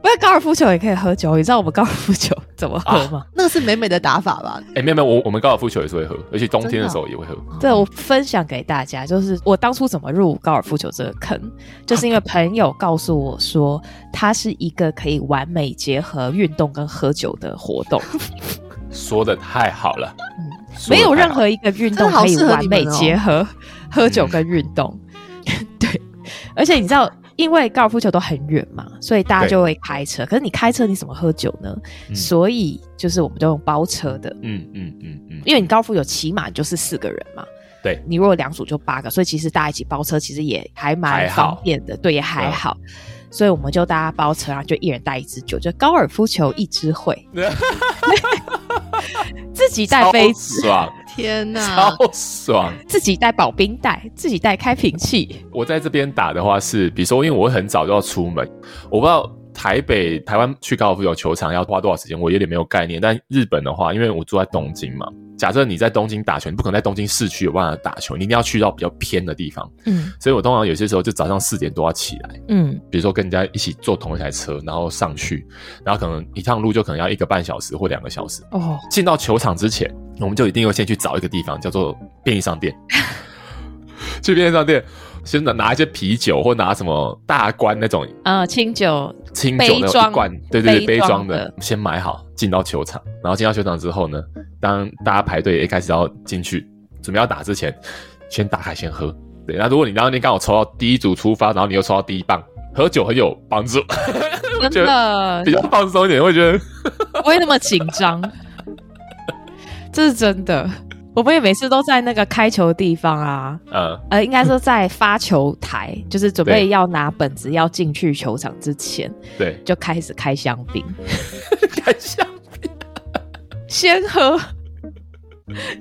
Speaker 5: 不是高尔夫球也可以喝酒，你知道我们高尔夫球怎么喝吗？
Speaker 3: 啊
Speaker 4: 那个是美美的打法吧？
Speaker 3: 哎、没有没有，我我们高尔夫球也是会喝，而且冬天的时
Speaker 4: 真
Speaker 3: 候也会喝。
Speaker 5: 对，我分享给大家，就是我当初怎么入高尔夫球这个坑，就是因为朋友告诉我说，它是一个可以完美结合运动跟喝酒的活动，
Speaker 3: 说的太好了，说得
Speaker 5: 嗯没有
Speaker 3: 太
Speaker 5: 任
Speaker 3: 好
Speaker 5: 何一个运
Speaker 4: 真
Speaker 5: 动
Speaker 4: 的好
Speaker 5: 可以
Speaker 4: 适合
Speaker 5: 完
Speaker 4: 你们
Speaker 5: 美
Speaker 4: 哦
Speaker 5: 结合喝酒跟运动。 对，而且你知道，因为高尔夫球都很远嘛，所以大家
Speaker 3: 对
Speaker 5: 就会开车。可是你开车你怎么喝酒呢？
Speaker 3: 嗯
Speaker 5: 所以就是我们都用包车的，
Speaker 3: 嗯嗯嗯嗯，
Speaker 5: 因为你高尔夫球起码就是四个人嘛，
Speaker 3: 对
Speaker 5: 你如果两组就八个，所以其实大家一起包车其实也还蛮
Speaker 3: 还好
Speaker 5: 方便的，对，也还好。所以我们就大家包车，然后就一人带一支酒，就高尔夫球一支会，自己带杯子，
Speaker 3: 超爽，
Speaker 4: 天哪！
Speaker 3: 超爽。
Speaker 5: 自己带保冰袋，自己带开瓶器，
Speaker 3: 我在这边打的话是，比如说，因为我会很早就要出门，我不知道。台北、台湾去高尔夫球球场要花多少时间，我有点没有概念。但日本的话，因为我住在东京嘛，假设你在东京打球，你不可能在东京市区有办法打球，你一定要去到比较偏的地方。
Speaker 2: 嗯
Speaker 3: 所以我通常有些时候就早上四点多要起来，
Speaker 2: 嗯
Speaker 3: 比如说跟人家一起坐同一台车，然后上去，然后可能一趟路就可能要一个半小时或两个小时。
Speaker 5: 哦，
Speaker 3: 进到球场之前，我们就一定要先去找一个地方，叫做便利商店。 去便利商店，先拿拿一些啤酒或拿什么大罐那种
Speaker 5: 呃，清 酒，
Speaker 3: 清酒
Speaker 5: 杯
Speaker 3: 那种
Speaker 5: 装
Speaker 3: 一罐，对对对，
Speaker 5: 杯
Speaker 3: 杯
Speaker 5: 装
Speaker 3: 装
Speaker 5: 的
Speaker 3: 的，先买好，进到球场，然后进到球场之后呢，当大家排队一开始要进去，准备要打之前，先打开先喝。对，那如果你当天刚好抽到第一组出发，然后你又抽到第一棒，喝酒很有帮助，
Speaker 5: 真的
Speaker 3: 比较放松一点，会觉得
Speaker 5: 不会那么紧 张，这是真的。我们也每次都在那个开球的地方啊，
Speaker 3: 呃，
Speaker 5: 呃，应该说在发球台，就是准备
Speaker 3: 对
Speaker 5: 要拿本子要进去球场之前，
Speaker 3: 对，
Speaker 5: 就开始开香槟，
Speaker 3: 开箱。
Speaker 5: 先喝。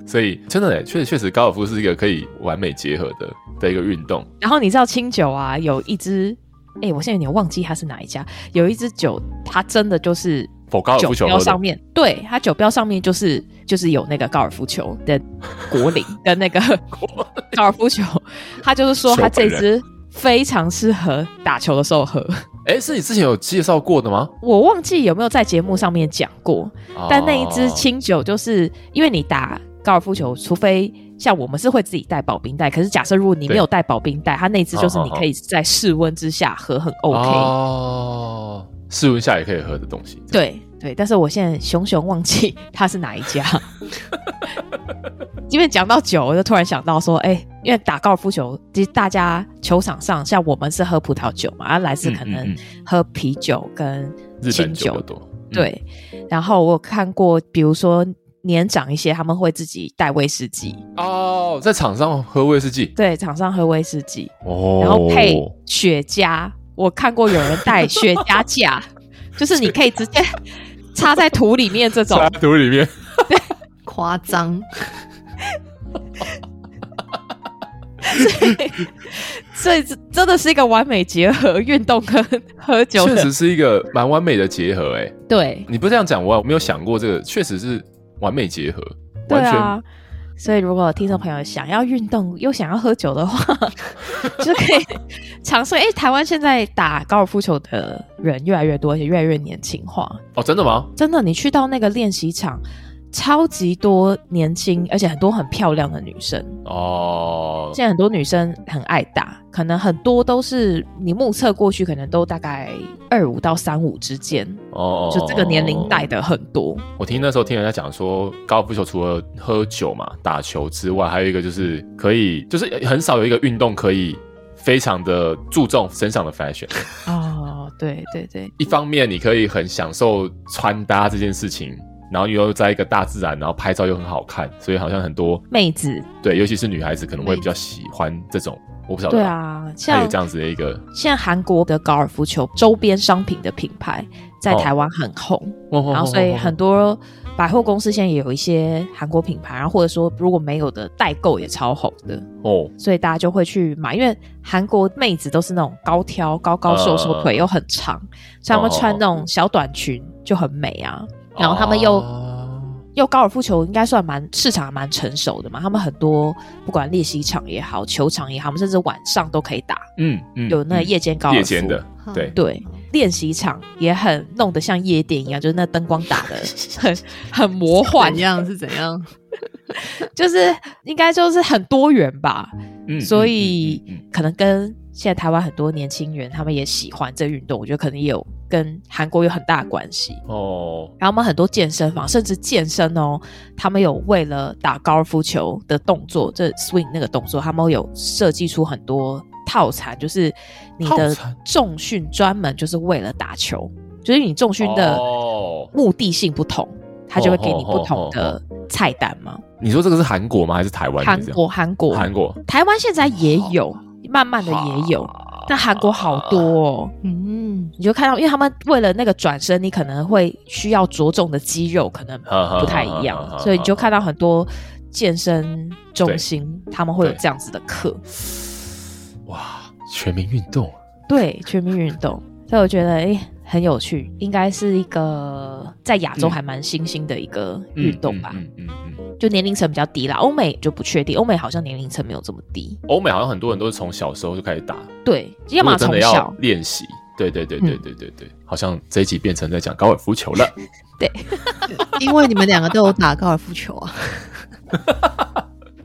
Speaker 3: 所以真的欸确实确实高尔夫是一个可以完美结合的的一个运动。
Speaker 5: 然后你知道清酒啊，有一支，哎、我现在有点忘记它是哪一家，有一支酒，它真的就是
Speaker 3: 否高尔
Speaker 5: 酒
Speaker 3: 夫球
Speaker 5: 标
Speaker 3: 喝的
Speaker 5: 上，面，对，它酒标上面就是就是有那个高尔夫球的果 岭跟那个高尔夫球，它就是说它这支非常适合打球的时候喝。
Speaker 3: 哎，是你之前有介绍过的吗？
Speaker 5: 我忘记有没有在节目上面讲过，但那一支
Speaker 3: 哦
Speaker 5: 清酒，就是因为你打高尔夫球，除非像我们是会自己带保冰袋，可是假设如果你
Speaker 3: 对
Speaker 5: 没有带保冰袋，它那支就是
Speaker 3: 好好
Speaker 5: 你
Speaker 3: 好
Speaker 5: 可以在室温之下喝，很 OK。
Speaker 3: 哦，室温下也可以喝的东西。
Speaker 5: 对对，但是我现在熊熊忘记它是哪一家， 因为讲到酒，我就突然想到说，哎、因为打高尔夫球，其实大家球场上像我们是喝葡萄酒嘛，啊，来自
Speaker 3: 嗯
Speaker 5: 可
Speaker 3: 嗯
Speaker 5: 能
Speaker 3: 嗯
Speaker 5: 喝啤酒跟
Speaker 3: 日
Speaker 5: 清
Speaker 3: 本
Speaker 5: 酒
Speaker 3: 酒的多，嗯，
Speaker 5: 对，然后我有看过，比如说年长一些，他们会自己带威士忌，
Speaker 3: 哦，在场上喝威士忌，
Speaker 5: 对，场上喝威士忌，
Speaker 3: 哦，
Speaker 5: 然后配雪茄。我看过有人带雪茄架， 就是你可以直接插在土里面这种
Speaker 3: 插，在土里 面，
Speaker 4: 夸张，
Speaker 5: 所以这真的是一个完美结合运动跟喝酒
Speaker 3: 确
Speaker 5: 的。
Speaker 3: 实是一个蛮完美的结合。哎，
Speaker 5: 对
Speaker 3: 你不这样讲，我我没有想过这个，确实是完美结合，
Speaker 5: 对
Speaker 3: 完全
Speaker 5: 啊，所以如果听众朋友想要运动又想要喝酒 的话，就可以尝试。哎、台湾现在打高尔夫球的人越来越多，而且越来越年轻化。
Speaker 3: 哦，真的吗？
Speaker 5: 真的，你去到那个练习场，超级多年轻，而且很多很漂亮的女生。
Speaker 3: 哦，
Speaker 5: 现在很多女生很爱打，可能很多都是你目测过去，可能都大概二五到三五之间。
Speaker 3: 哦，
Speaker 5: 就这个年龄带的很多。
Speaker 3: 我听那时候听人家讲说，高尔夫球除了喝酒嘛、打球之外，还有一个就是可以，就是很少有一个运动可以非常的注重身上的 fashion。
Speaker 5: 哦，对对对，
Speaker 3: 一方面你可以很享受穿搭这件事情，然后又在一个大自然，然后拍照又很好看，所以好像很多
Speaker 5: 妹子，
Speaker 3: 对，尤其是女孩子可能会比较喜欢这种，我不晓得。
Speaker 5: 对，啊，
Speaker 3: 还有
Speaker 5: 像
Speaker 3: 这样子的一个，
Speaker 5: 现在韩国的高尔夫球周边商品的品牌在
Speaker 3: 哦
Speaker 5: 台湾很红，
Speaker 3: 然
Speaker 5: 然后所以很
Speaker 3: 哦
Speaker 5: 多百货公司现在也有一些韩国品牌，然后或者说如果没有的代购也超红的，
Speaker 3: 哦，
Speaker 5: 所以大家就会去买，因为韩国妹子都是那种高挑、高高瘦
Speaker 3: 嗯嗯
Speaker 5: 瘦，
Speaker 3: 嗯
Speaker 5: 腿又很长，所以她们
Speaker 3: 哦
Speaker 5: 穿那种小短裙就很美啊。然后他们又
Speaker 3: 哦
Speaker 5: 又高尔夫球应该算蛮市场还蛮成熟的嘛，他们很多不管练习场也好，球场也好，他们甚至晚上都可以打，
Speaker 3: 嗯嗯
Speaker 5: 有那
Speaker 3: 嗯
Speaker 5: 夜间高尔夫。
Speaker 3: 夜间的，
Speaker 4: 嗯啊
Speaker 3: 对
Speaker 5: 对，练习场也很弄得像夜店一样， 就是那灯光打的 很很魔幻
Speaker 4: 怎，样是怎样？
Speaker 5: 就是应该就是很多元吧，
Speaker 3: 嗯
Speaker 5: 所以
Speaker 3: 嗯嗯嗯嗯
Speaker 5: 可能跟现在台湾很多年轻人他们也喜欢这运动，我觉得可能也有跟韩国有很大的关系。
Speaker 3: 嗯哦，
Speaker 5: 然后我们很多健身房，甚至健身哦，他们有为了打高尔夫球的动作，这 swing 那个动作，他们有设计出很多套餐，就是你
Speaker 3: 套
Speaker 5: 的
Speaker 3: 餐
Speaker 5: 重训专门就是为了打球，就是你重训的
Speaker 3: 哦
Speaker 5: 目的性不同，他就会给你
Speaker 3: 哦哦哦
Speaker 5: 不同的菜单嘛。
Speaker 3: 你说这个是韩国吗？还是台湾？
Speaker 5: 韩国，韩国，
Speaker 3: 韩国
Speaker 5: 台湾现在也有，慢慢的也有，但韩国好多哦。
Speaker 4: 嗯，
Speaker 5: 你就看到，因为他们为了那个转身，你可能会需要着重的肌肉可能不太一
Speaker 3: 哈哈哈哈
Speaker 5: 样，
Speaker 3: 哈
Speaker 5: 所以你就看到很多健身中心他们会有
Speaker 3: 对
Speaker 5: 这样子的课，
Speaker 3: 哇，全民运动，
Speaker 5: 对全民运动。所以我觉得，哎、很有趣，应该是一个在亚洲
Speaker 3: 嗯
Speaker 5: 还蛮新兴的一个运动吧，
Speaker 3: 嗯嗯嗯嗯。
Speaker 5: 就年龄层比较低啦。欧美就不确定，欧美好像年龄层没有这么低。
Speaker 3: 欧美好像很多人都是从小时候就开始打，
Speaker 5: 对，要
Speaker 3: 如
Speaker 5: 么
Speaker 3: 果真
Speaker 5: 从
Speaker 3: 的要
Speaker 5: 小
Speaker 3: 练习。对对对对对对对，好像这一集变成在讲高尔夫球了。
Speaker 4: 因为你们两个都有打高尔夫球啊。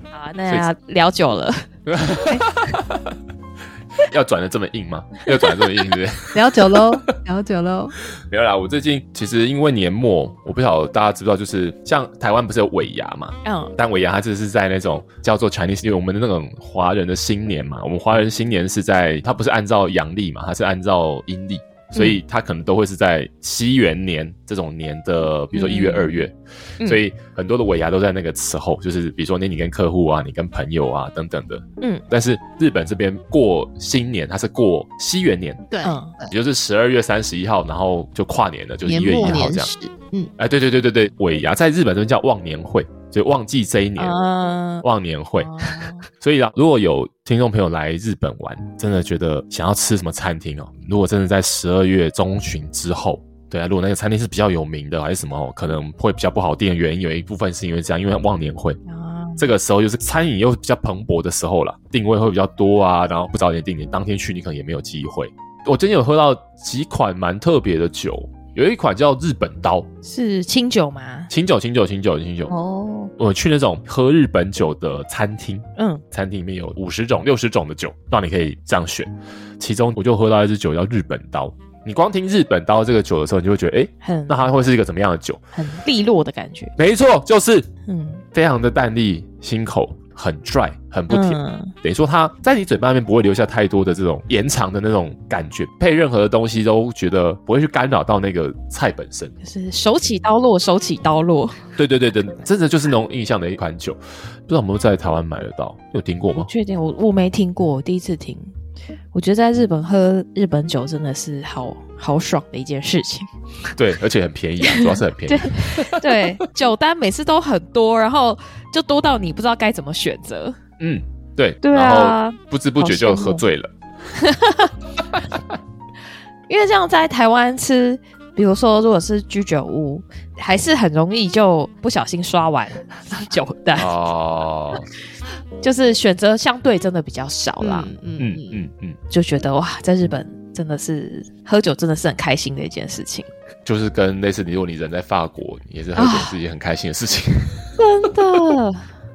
Speaker 5: 啊，那聊久了，
Speaker 3: 要转的这么硬吗？要转的这么硬，对不对？
Speaker 4: 聊久喽， 聊久喽。
Speaker 3: 没有啦，我最近其实因为年末，我不晓得大家知不知道，就是像台湾不是有尾牙嘛？
Speaker 5: 嗯，
Speaker 3: 但尾牙它这是在那种叫做 Chinese New Year，我们的那种华人的新年嘛。我们华人新年是在它不是按照阳历嘛，它是按照阴历，所以它可能都会是在西元年这种年的，比如说一月、
Speaker 5: 嗯
Speaker 3: 二月，
Speaker 5: 嗯
Speaker 3: 所以很多的尾牙都在那个时候，就是比如说那你跟客户啊，你跟朋友啊等等的。
Speaker 5: 嗯，
Speaker 3: 但是日本这边过新年，它是过西元年，
Speaker 4: 对，
Speaker 5: 嗯
Speaker 3: 也就是十二月三十一号，然后就跨年了，就是一
Speaker 4: 年
Speaker 3: 月一
Speaker 4: 末
Speaker 3: 号
Speaker 4: 年
Speaker 3: 这样。
Speaker 4: 始，嗯，
Speaker 3: 哎，对对对对对，尾牙在日本这边叫忘年会，就忘记这一年。
Speaker 5: 嗯，
Speaker 3: 忘年会，
Speaker 5: 哦
Speaker 3: 所以啊，如果有听众朋友来日本玩，真的觉得想要吃什么餐厅哦，如果真的在十二月中旬之后，对啊，如果那个餐厅是比较有名的还是什么哦，可能会比较不好订，原因有一部分是因为这样，因为忘年会
Speaker 5: 啊
Speaker 3: 这个时候就是餐饮又比较蓬勃的时候了，定位会比较多啊，然后不早点定，你当天去你可能也没有机会。我最近有喝到几款蛮特别的酒，有一款叫日本刀
Speaker 5: 是清酒吗？
Speaker 3: 清酒，清酒，清酒，清酒。
Speaker 5: 哦，
Speaker 3: 我去那种喝日本酒的餐厅，
Speaker 5: 嗯，
Speaker 3: 餐厅里面有五十种、六十种的酒，让你可以这样选。其中我就喝到一支酒叫日本刀。你光听日本刀这个酒的时候，你就会觉得，哎、
Speaker 5: 很
Speaker 3: 那它会是一个怎么样的酒？
Speaker 5: 很利落的感觉，
Speaker 3: 没错，就是
Speaker 5: 嗯，
Speaker 3: 非常的淡丽、辛口，很 dry，很不甜。
Speaker 5: 嗯
Speaker 3: 等于说它在你嘴巴里面不会留下太多的这种延长的那种感觉，配任何的东西都觉得不会去干扰到那个菜本身。
Speaker 5: 就是手起刀落，手起刀落，
Speaker 3: 对对对对，真的就是那种印象的一款酒，不知道有没有在台湾买得到？有听过
Speaker 5: 不
Speaker 3: 吗？
Speaker 5: 确定，我我没听过，我第一次听。我觉得在日本喝日本酒真的是好好爽的一件事情。
Speaker 3: 对，而且很便宜啊，主要是很便宜。
Speaker 5: 对，酒单每次都很多，然后就多到你不知道该怎么选择。
Speaker 3: 嗯，对，
Speaker 5: 对啊
Speaker 3: 然后不知不觉就喝醉 了。
Speaker 5: 因为这样在台湾吃，比如说如果是居酒屋，还是很容易就不小心刷完酒单，
Speaker 3: 哦，
Speaker 5: 就是选择相对真的比较少啦。
Speaker 4: 嗯嗯
Speaker 3: 嗯
Speaker 4: 嗯，
Speaker 3: 嗯嗯，
Speaker 5: 就觉得哇，在日本真的是喝酒真的是很开心的一件事情，
Speaker 3: 就是跟类似，你如果你人在法国，你也是喝酒是一件很开心的事情。
Speaker 5: 真的。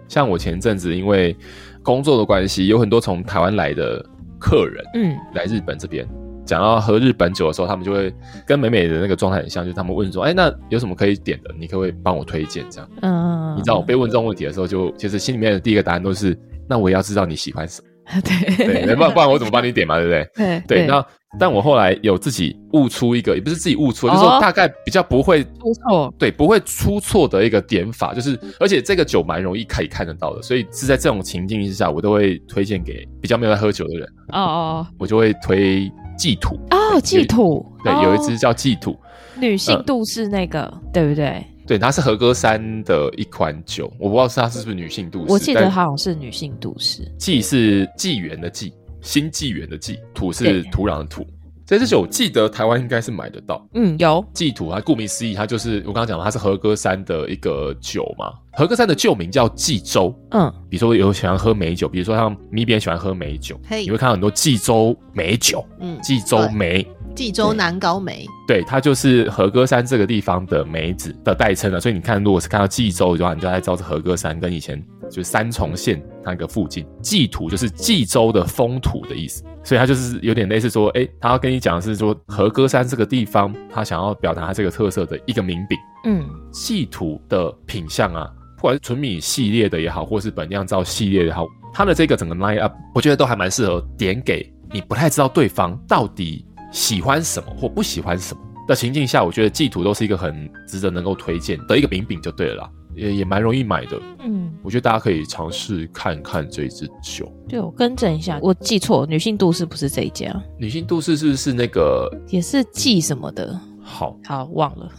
Speaker 3: 像我前阵子因为工作的关系，有很多从台湾来的客人
Speaker 5: 嗯，
Speaker 3: 来日本这边。讲到喝日本酒的时候，他们就会跟美美的那个状态很像，就是他们问说：“哎，那有什么可以点的？你可不可以帮我推荐？”这样，
Speaker 5: 嗯，
Speaker 3: 你知道我被问这种问题的时候就，其实心里面的第一个答案都是：“那我也要知道你喜欢 什么。”
Speaker 5: 嗯对
Speaker 3: 对，不然不然我怎么帮你点嘛，对不对？
Speaker 5: 对
Speaker 3: 对，那但我后来有自己悟出一个，也不是自己悟出，
Speaker 5: 哦
Speaker 3: 就是我大概比较不会
Speaker 5: 不错，
Speaker 3: 对不会出错的一个点法，就是而且这个酒蛮容易可以看得到的，所以是在这种情境之下，我都会推荐给比较没有在喝酒的人，
Speaker 5: 哦哦
Speaker 3: 我就会推忌土。
Speaker 5: 哦，寄土，
Speaker 3: 对，
Speaker 5: 哦
Speaker 3: 有一支叫忌土，
Speaker 5: 女性度是那个，对不对？
Speaker 3: 对，它是和歌山的一款酒，我不知道是它是不是女性度士，
Speaker 5: 我记得
Speaker 3: 但
Speaker 5: 好像是女性度是，
Speaker 3: 纪是纪元的纪，新纪元的纪，土
Speaker 5: 对
Speaker 3: 是土壤的土。这支酒我记得台湾应该是买得到，
Speaker 5: 嗯，有，
Speaker 3: 祭土啊，顾名思义，它就是我刚刚讲了，它是和歌山的一个酒嘛。和歌山的旧名叫济州，
Speaker 5: 嗯，
Speaker 3: 比如说有喜欢喝美酒，比如说像米边喜欢喝美酒，
Speaker 4: 嘿
Speaker 3: 你会看到很多济州美酒、
Speaker 4: 嗯，
Speaker 3: 济州梅，
Speaker 4: 济州南高梅，
Speaker 3: 对，它就是和歌山这个地方的梅子的代称了。啊所以你看，如果是看到济州的话，你就大概知道是和歌山跟以前就是三重县那个附近。济土就是济州的风土的意思，所以它就是有点类似说，哎，他要跟你讲的是说和歌山这个地方，他想要表达他这个特色的一个名饼。
Speaker 5: 嗯，
Speaker 3: 系土的品相啊，不管是纯米系列的也好，或是本酿造系列的也好，它的这个整个 line up，我觉得都还蛮适合点给你不太知道对方到底喜欢什么或不喜欢什么的情境下，我觉得祭土都是一个很值得能够推荐的一个饼饼就对了啦，也也蛮容易买的。
Speaker 5: 嗯，
Speaker 3: 我觉得大家可以尝试看看这支酒。
Speaker 5: 对我更正一下，我记错，女性度是不是这一家？
Speaker 3: 女性都市是不是那个
Speaker 5: 也是记什么的，
Speaker 3: 好？
Speaker 5: 好忘了，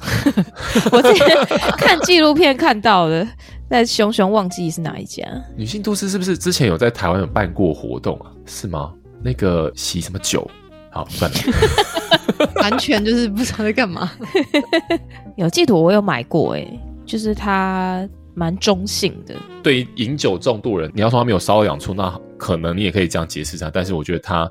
Speaker 5: 我之前看纪录片看到的，但熊熊忘记是哪一家。
Speaker 3: 女性都市是不是之前有在台湾有办过活动啊？是吗？那个喜什么酒？好，算了。
Speaker 4: 完全就是不知道在干嘛。
Speaker 5: 有记得我有买过、欸，就是它蛮中性的，
Speaker 3: 对于饮酒重度人，你要说他没有瘙痒处，那可能你也可以这样解释他。但是我觉得他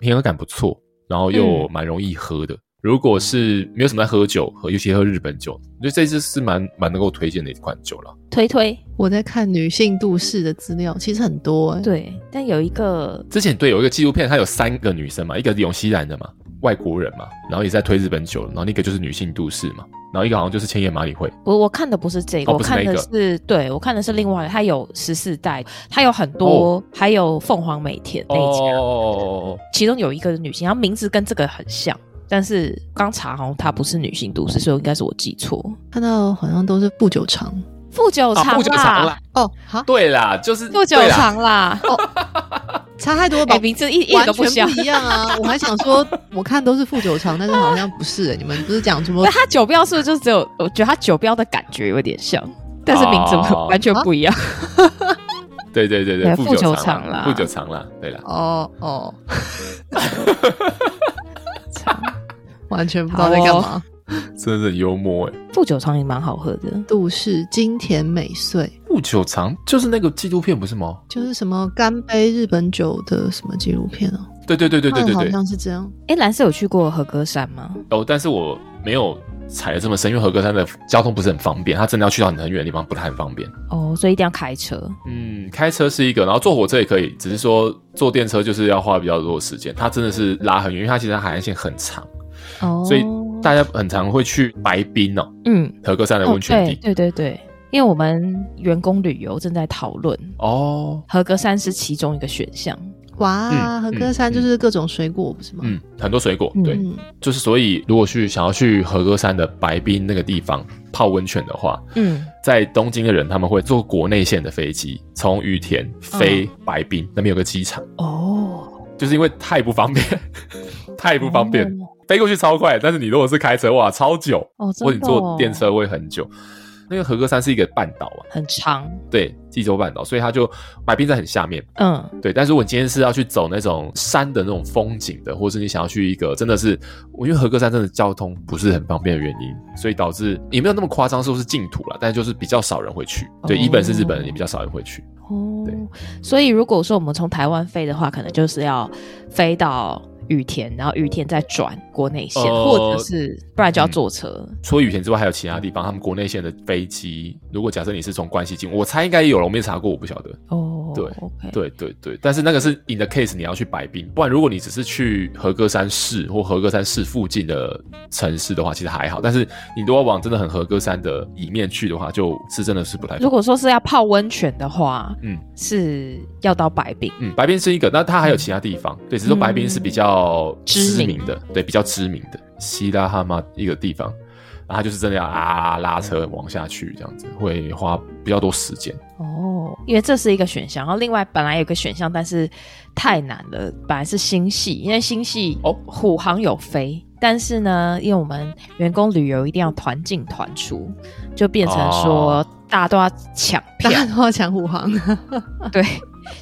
Speaker 3: 平衡感不错，然后又蛮容易喝的。如果是没有什么在喝酒，和尤其喝日本酒，我觉得这支是蛮蛮能够推荐的一款酒了。
Speaker 5: 推推
Speaker 4: 我在看女性度士的资料，其实很多、欸。
Speaker 5: 对，但有一个
Speaker 3: 之前对有一个纪录片，它有三个女生嘛，一个是永熙兰的嘛，外国人嘛，然后也在推日本酒，然后那个就是女性都市嘛，然后一个好像就是千叶马里会，
Speaker 5: 我我看的不是这个，
Speaker 3: 哦
Speaker 5: 我
Speaker 3: 不是
Speaker 5: 看的
Speaker 3: 那个
Speaker 5: 是对我看的是另外，它有十四代，它有很多，还有凤凰美田那一家，
Speaker 3: 哦，
Speaker 5: 其中有一个是女性，然后名字跟这个很像，但是刚查好像它不是女性都市，所以应该是我记错。
Speaker 4: 看到好像都是不久长
Speaker 5: 富久
Speaker 3: 啊，
Speaker 5: 长
Speaker 3: 不久长
Speaker 5: 啦
Speaker 3: 啦，，
Speaker 4: 哦，好，
Speaker 3: 对啦，就是
Speaker 5: 富久
Speaker 3: 对啦
Speaker 5: 长啦，
Speaker 4: 差太多了吧
Speaker 5: 哎，？名字一一点
Speaker 4: 完
Speaker 5: 都
Speaker 4: 全
Speaker 5: 不 像。
Speaker 4: 一样啊！我还想说，我看都是富久长，但是好像不是、欸。你们不是讲 什么
Speaker 5: 那？它酒标是不是就只有？我觉得它酒标的感觉有点像，但是名字
Speaker 3: 哦
Speaker 5: 完全不一样。
Speaker 3: 对对对
Speaker 5: 对
Speaker 3: 对，
Speaker 5: 富久
Speaker 3: 久
Speaker 5: 长啦
Speaker 3: 啦，富久长啦，对啦，
Speaker 4: 哦 哦，完全不知道在干
Speaker 5: 好
Speaker 4: 嘛。
Speaker 3: 真的很幽默哎。
Speaker 5: 富久长也蛮好喝的，
Speaker 4: 度是金田美穗，
Speaker 3: 富久长就是那个纪录片不是吗？
Speaker 4: 就是什么干杯日本酒的什么纪录片哦？
Speaker 3: 对对对对对对
Speaker 4: 嗯好
Speaker 3: 对，
Speaker 4: 像是这样。
Speaker 5: 哎，蓝色有去过和歌山吗？
Speaker 3: 哦，但是我没有踩的这么深，因为和歌山的交通不是很方便，它真的要去到很远的地方不太很方便。
Speaker 5: 哦，所以一定要开车。
Speaker 3: 嗯，开车是一个，然后坐火车也可以，只是说坐电车就是要花比较多的时间，它真的是拉很远，因为它其实海岸线很长，
Speaker 5: 哦，
Speaker 3: 所以大家很常会去白冰哦，
Speaker 5: 嗯，
Speaker 3: 和歌山的
Speaker 5: 哦，
Speaker 3: 温泉
Speaker 5: 对
Speaker 3: 地。
Speaker 5: 对对对，因为我们员工旅游正在讨论，
Speaker 3: 哦，
Speaker 5: 合格山是其中一个选项。
Speaker 4: 哇，
Speaker 3: 嗯
Speaker 4: 和歌山就是各种水果，不是吗？
Speaker 3: 嗯，很多水果，
Speaker 5: 嗯
Speaker 3: 对，
Speaker 4: 嗯，
Speaker 3: 就是所以如果去想要去和歌山的白冰那个地方泡温泉的话，
Speaker 5: 嗯，
Speaker 3: 在东京的人他们会坐国内线的飞机从羽田飞
Speaker 5: 嗯
Speaker 3: 白冰，那边有个机场。
Speaker 5: 哦，
Speaker 3: 就是因为太不方便， 太不方便，飞过去超快，但是你如果是开车，哇，超久，
Speaker 5: 哦，真
Speaker 3: 或者
Speaker 5: 的
Speaker 3: 你坐
Speaker 5: 哦
Speaker 3: 电车会很久。那个和歌山是一个半岛嘛，
Speaker 5: 很长，
Speaker 3: 对，济州半岛，所以它就白冰在很下面，
Speaker 5: 嗯，
Speaker 3: 对。但是我今天是要去走那种山的那种风景的，或是你想要去一个真的是，我因为和歌山真的交通不是很方便的原因，所以导致也没有那么夸张，说是净土了，但是就是比较少人会去，对，
Speaker 5: 哦
Speaker 3: 一本是日本人，也比较少人会去，
Speaker 5: 哦
Speaker 3: 对，
Speaker 5: 所以如果说我们从台湾飞的话，可能就是要飞到羽田，然后羽田再转国内线，
Speaker 3: 呃
Speaker 5: 或者是不然就要坐车。
Speaker 3: 除了羽田之外，还有其他地方，他们国内线的飞机，如果假设你是从关西进，我猜应该也有了，我没查过，我不晓得。
Speaker 5: 哦，
Speaker 3: 对
Speaker 5: ，OK，，
Speaker 3: 对对对，但是那个是 in the case 你要去白冰，不然如果你只是去和歌山市或和歌山市附近的城市的话，其实还好。但是你如果往真的很和歌山的里面去的话，就是真的是不太方便。
Speaker 5: 如果说是要泡温泉的话，
Speaker 3: 嗯
Speaker 5: 是要到白冰。
Speaker 3: 嗯，白冰是一个，那它还有其他地方，对，只是说白冰是比较
Speaker 5: 嗯知
Speaker 3: 知
Speaker 5: 名
Speaker 3: 名的，对，比较知名的希拉哈嘛一个地方，然后它就是真的要啊拉车往下去这样子，会花比较多时间。嗯
Speaker 5: 哦，因为这是一个选项，然后另外本来有个选项，但是太难了，本来是星系，因为星系
Speaker 3: 哦
Speaker 5: 虎航有飞，但是呢，因为我们员工旅游一定要团进团出，就变成说
Speaker 3: 哦
Speaker 5: 大家都要抢票，
Speaker 4: 大家都要抢 虎航，
Speaker 5: 对，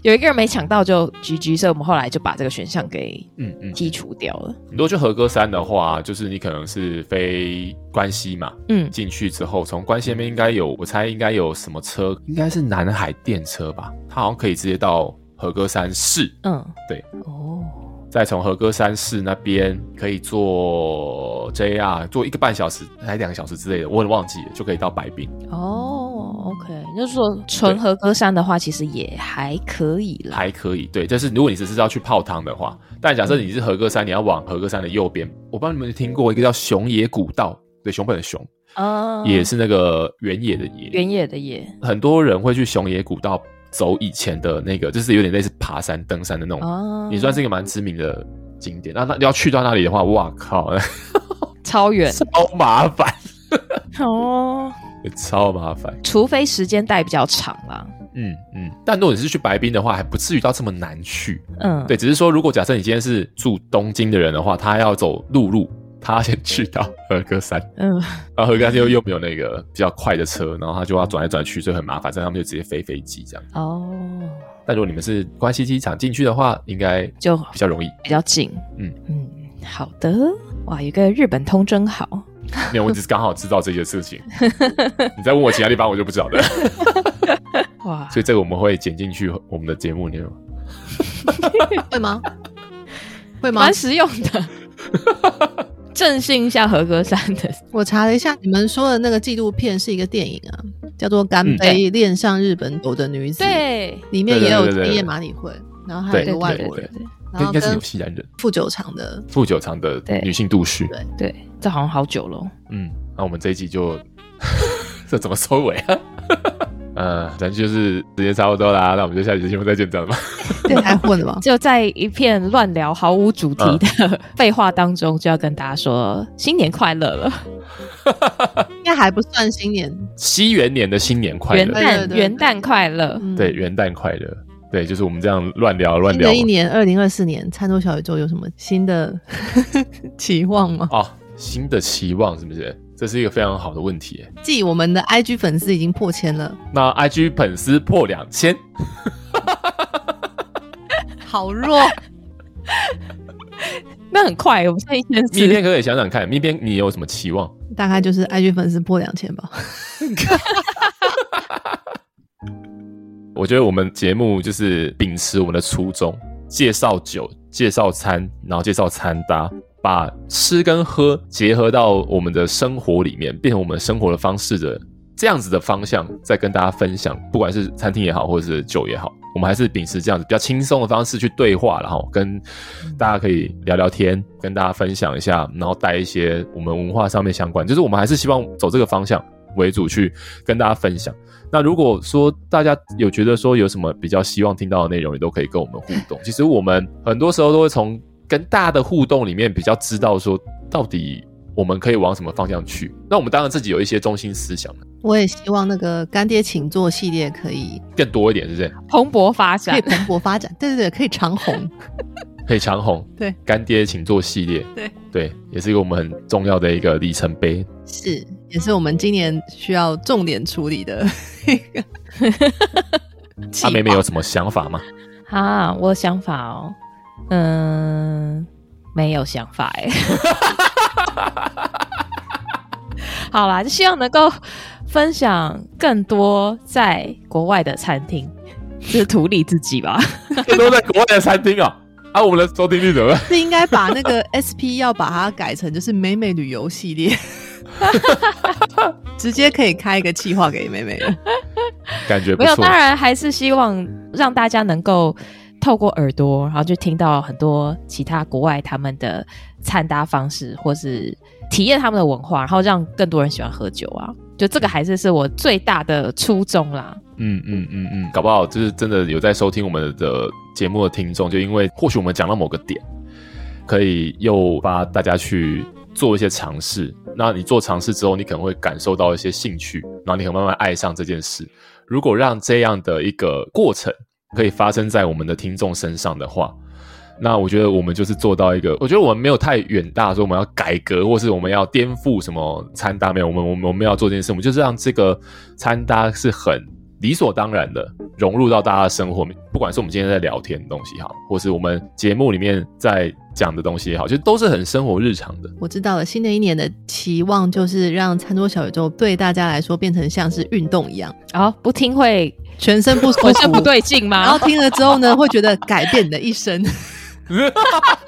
Speaker 5: 有一个人没抢到就 GG，所以我们后来就把这个选项给
Speaker 3: 嗯嗯，
Speaker 5: 剔除掉了。
Speaker 3: 如果去和歌山的话，就是你可能是飞关西嘛，
Speaker 5: 嗯，
Speaker 3: 进去之后，从关西那边应该有，我猜应该有什么车，应该是南海电车吧，它好像可以直接到和歌山市，
Speaker 5: 嗯，
Speaker 3: 对，
Speaker 5: 哦，
Speaker 3: 再从和歌山市那边可以坐 JR，坐一个半小时还两个小时之类的，我也忘记了，就可以到白冰。
Speaker 5: 哦，OK，就是说纯和歌山的话，其实也还可以啦。
Speaker 3: 还可以，对，但是如果你只是要去泡汤的话，但假设你是和歌山，你要往和歌山的右边，我不知道你们有听过一个叫熊野古道，对，熊本的熊，
Speaker 5: 嗯，
Speaker 3: 也是那个原野的野，
Speaker 5: 原野的野。
Speaker 3: 很多人会去熊野古道走以前的那个，就是有点类似爬山、登山的那种，
Speaker 5: 哦，
Speaker 3: 也算是一个蛮知名的景点。那那要去到那里的话，哇靠，
Speaker 5: 超远
Speaker 3: 超麻烦，
Speaker 5: 哦，
Speaker 3: 超麻烦。
Speaker 5: 除非时间带比较长啦。
Speaker 3: 嗯嗯，但如果你是去白冰的话，还不至于到这么难去。
Speaker 5: 嗯，
Speaker 3: 对，，只是说如果假设你今天是住东京的人的话，他要走陆路。他先去到和歌 山，
Speaker 5: 嗯，
Speaker 3: 然后和歌山又又没有那个比较快的车，然后他就要转来转去，所以很麻烦，所以他们就直接飞飞机这样。
Speaker 5: 哦，
Speaker 3: 但如果你们是关西机场进去的话，应该
Speaker 5: 就
Speaker 3: 比较容易。
Speaker 5: 比较近。
Speaker 3: 嗯
Speaker 5: 嗯，好的。哇，有个日本通真好。
Speaker 3: 没有，我只是刚好知道这些事 情。你再问我其他地方，我就不知道了。
Speaker 5: 哇，
Speaker 3: 所以这个我们会剪进去我们的节目里面。
Speaker 4: 会吗？会吗
Speaker 5: 蛮？实用的。振兴一下合格山的，
Speaker 4: 我查了一下，你们说的那个纪录片是一个电影啊，叫做《干杯恋上日本狗的女子》，，
Speaker 5: 对，
Speaker 4: 里面
Speaker 3: 对
Speaker 4: 也
Speaker 3: 对
Speaker 4: 有
Speaker 3: 对对对
Speaker 4: 黑夜马里会，然后还有一
Speaker 5: 对
Speaker 4: 个外
Speaker 5: 对
Speaker 4: 国人，
Speaker 5: 对
Speaker 4: 然
Speaker 3: 应
Speaker 4: 后
Speaker 3: 该是
Speaker 4: 跟
Speaker 3: 纽西兰人，
Speaker 4: 富九场的
Speaker 3: 富九场的
Speaker 5: 对
Speaker 3: 女性都市。
Speaker 4: 对
Speaker 5: 对，对这好像好久了哦。
Speaker 3: 嗯，那我们这一集 就这怎么收尾啊？ 呃，咱就是时间差不多啦，那我们就下期节目再见，这样吧。
Speaker 4: 对还混了吧？
Speaker 5: 就在一片乱聊毫无主题的废话当中，就要跟大家说新年快乐了，
Speaker 4: 应该还不算新年，
Speaker 3: 西元年的新年快
Speaker 5: 元
Speaker 3: 乐，
Speaker 4: 对对
Speaker 5: 旦
Speaker 4: 对
Speaker 5: 元旦快乐，
Speaker 4: 嗯
Speaker 3: 对，元旦快乐，对，就是我们这样乱聊乱
Speaker 4: 新
Speaker 3: 聊
Speaker 4: 的一年，二零二四年，餐桌小宇宙有什么新的 期望吗？
Speaker 3: 哦，新的期望是不是？这是一个非常好的问题耶。
Speaker 4: 继我们的 IG 粉丝已经破千了，
Speaker 3: 那 IG 粉丝破两千，
Speaker 4: 好弱，
Speaker 5: 那很快，我们现在一天
Speaker 3: 蜜
Speaker 5: 四
Speaker 3: 边可以想想看，蜜边你有什么期望？
Speaker 4: 大概就是 IG 粉丝破两千吧。
Speaker 3: 我觉得我们节目就是秉持我们的初衷，介绍酒、介绍餐，然后介绍餐搭，把吃跟喝结合到我们的生活里面，变成我们生活的方式的这样子的方向，再跟大家分享，不管是餐厅也好，或者是酒也好，我们还是秉持这样子比较轻松的方式去对话，然后跟大家可以聊聊天，跟大家分享一下，然后带一些我们文化上面相关，就是我们还是希望走这个方向为主去跟大家分享。那如果说大家有觉得说有什么比较希望听到的内容，也都可以跟我们互动。其实我们很多时候都会从跟大家的互动里面比较知道说到底我们可以往什么方向去。那我们当然自己有一些中心思想，
Speaker 4: 我也希望那个干爹请坐系列可以
Speaker 3: 更多一点，是不是？
Speaker 5: 蓬勃发
Speaker 4: 可
Speaker 5: 展
Speaker 4: 以蓬，勃发 展，对对对，可以长红。
Speaker 3: 可以长红，
Speaker 4: 对，
Speaker 3: 干爹请做系列，
Speaker 4: 对
Speaker 3: 对，也是一个我们很重要的一个里程碑。
Speaker 4: 是，也是我们今年需要重点处理 的一个计
Speaker 3: 阿
Speaker 4: 划。
Speaker 3: 妹啊妹有什么想法吗？
Speaker 5: 啊，我有想法哦，嗯，没有想法哎。 好啦，就希望能够分享更多在国外的餐厅，就是图利自己吧。
Speaker 3: 这都在国外的餐厅啊，啊，我们的收听率怎么办？
Speaker 4: 是应该把那个 SP 要把它改成就是美美旅游系 列，直接可以开一个计划给美美了。
Speaker 3: 感觉不
Speaker 5: 没有，
Speaker 3: 错
Speaker 5: 当，然还是希望让大家能够透过耳朵，然后就听到很多其他国外他们的餐搭方式，或是体验他们的文化，然后让更多人喜欢喝酒啊。就这个还是是我最大的初衷啦。
Speaker 3: 嗯嗯嗯嗯，搞不好就是真的有在收听我们的节目的听众，就因为或许我们讲到某个点，可以诱发大家去做一些尝试。那你做尝试之后，你可能会感受到一些兴趣，然后你可能慢慢爱上这件事。如果让这样的一个过程可以发生在我们的听众身上的话，那我觉得我们就是做到一个，我觉得我们没有太远大，说我们要改革，或是我们要颠覆什么餐搭没有，我们我们我们要做这件事，我们就是让这个餐搭是很理所当然的融入到大家的生活，不管是我们今天在聊天的东西也好，或是我们节目里面在讲的东西也好，其实都是很生活日常的。
Speaker 4: 我知道了，新的一年的期望就是让餐桌小宇宙对大家来说变成像是运动一样，
Speaker 5: 然后不听会
Speaker 4: 全身不舒啊
Speaker 5: 浑身
Speaker 4: 服，
Speaker 5: 不对劲
Speaker 4: 然
Speaker 5: 吗
Speaker 4: 后？听了之后呢，会觉得改变你的一 生，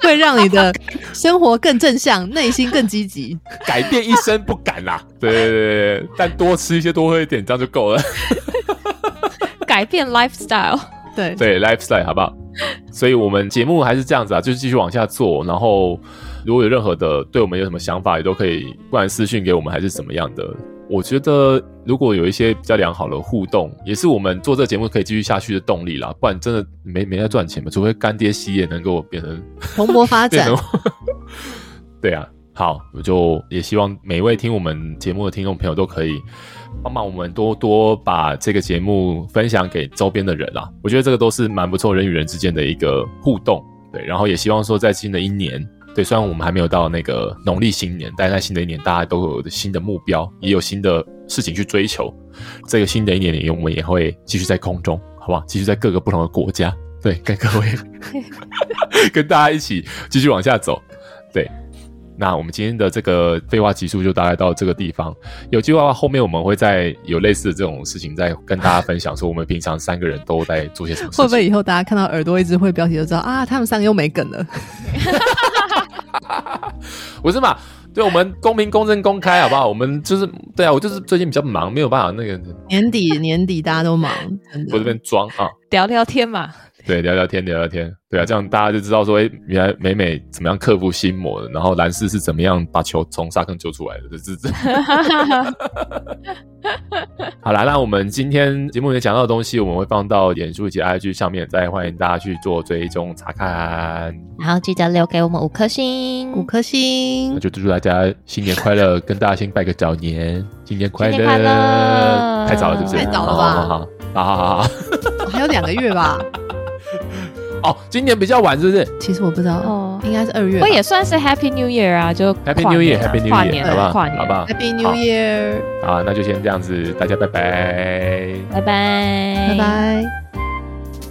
Speaker 4: 会让你的生活更正向，内心更积极。
Speaker 3: 改变一生不敢啦，对对对对，但多吃一些，多喝一点，这样就够了。
Speaker 5: 改变 lifestyle，
Speaker 4: 对，
Speaker 3: 对 lifestyle 好不好？所以我们节目还是这样子啊，就是继续往下做。然后如果有任何的对我们有什么想法，也都可以，不然私讯给我们还是怎么样的。我觉得如果有一些比较良好的互动，也是我们做这个节目可以继续下去的动力啦。不然真的没没在赚钱嘛，除非干爹系列能够变成
Speaker 4: 蓬勃发
Speaker 3: 变
Speaker 4: 展
Speaker 3: 成。对啊，好，我就也希望每一位听我们节目的听众朋友都可以帮忙我们多多把这个节目分享给周边的人啊，我觉得这个都是蛮不错人与人之间的一个互动。对，然后也希望说在新的一年，对，虽然我们还没有到那个农历新年，但是在新的一年，大家都有新的目标，也有新的事情去追求。这个新的一年里，我们也会继续在空中，好不好？继续在各个不同的国家，对，跟各 位跟大家一起继续往下走。对，那我们今天的这个废话集数就大概到这个地方。有计划的话，后面我们会在有类似的这种事情再跟大家分享，说我们平常三个人都在做些什么事情。
Speaker 4: 会不会以后大家看到耳朵一只会标题就知道啊，他们三个又没梗了？
Speaker 3: 不是嘛？对我们公平、公正、公开，好不好？我们就是对啊，我就是最近比较忙，没有办法那个
Speaker 4: 年底年底大家都忙，真
Speaker 3: 我这
Speaker 4: 的。
Speaker 3: 边装啊，
Speaker 5: 聊聊天嘛，
Speaker 3: 对，聊聊天，聊聊天，对啊，这样大家就知道说，哎，原来美美怎么样克服心魔的，然后蓝斯是怎么样把球从沙坑救出来的，这这这。好啦，那我们今天节目里面讲到的东西，我们会放到脸书以及 IG 上面，再欢迎大家去做追踪查看。
Speaker 2: 然后记得留给我们五颗星，
Speaker 4: 五颗
Speaker 3: 那
Speaker 4: 星，
Speaker 3: 就祝大家新年快乐，跟大家先拜个早年，新年快乐！
Speaker 2: 新年快乐
Speaker 3: 太早了是不是？
Speaker 4: 太早了
Speaker 3: 好好
Speaker 4: 吧
Speaker 3: 好好好好好好
Speaker 4: 还有两个月吧。
Speaker 3: 哦，今年比较晚是不是
Speaker 4: 其实我不知道，
Speaker 5: 哦
Speaker 4: 应该是二月吧。
Speaker 5: 我也算是 Happy New Year 啊，就
Speaker 3: ？Happy
Speaker 5: 跨
Speaker 3: New
Speaker 5: 年啊
Speaker 3: Year，Happy New
Speaker 5: 跨年
Speaker 3: Year，好不
Speaker 5: 啊
Speaker 3: 好？
Speaker 5: 跨年
Speaker 3: 好不好
Speaker 4: Happy New Year，
Speaker 3: 好，那就先这样子，大家拜拜。
Speaker 2: 拜拜，
Speaker 4: 拜拜。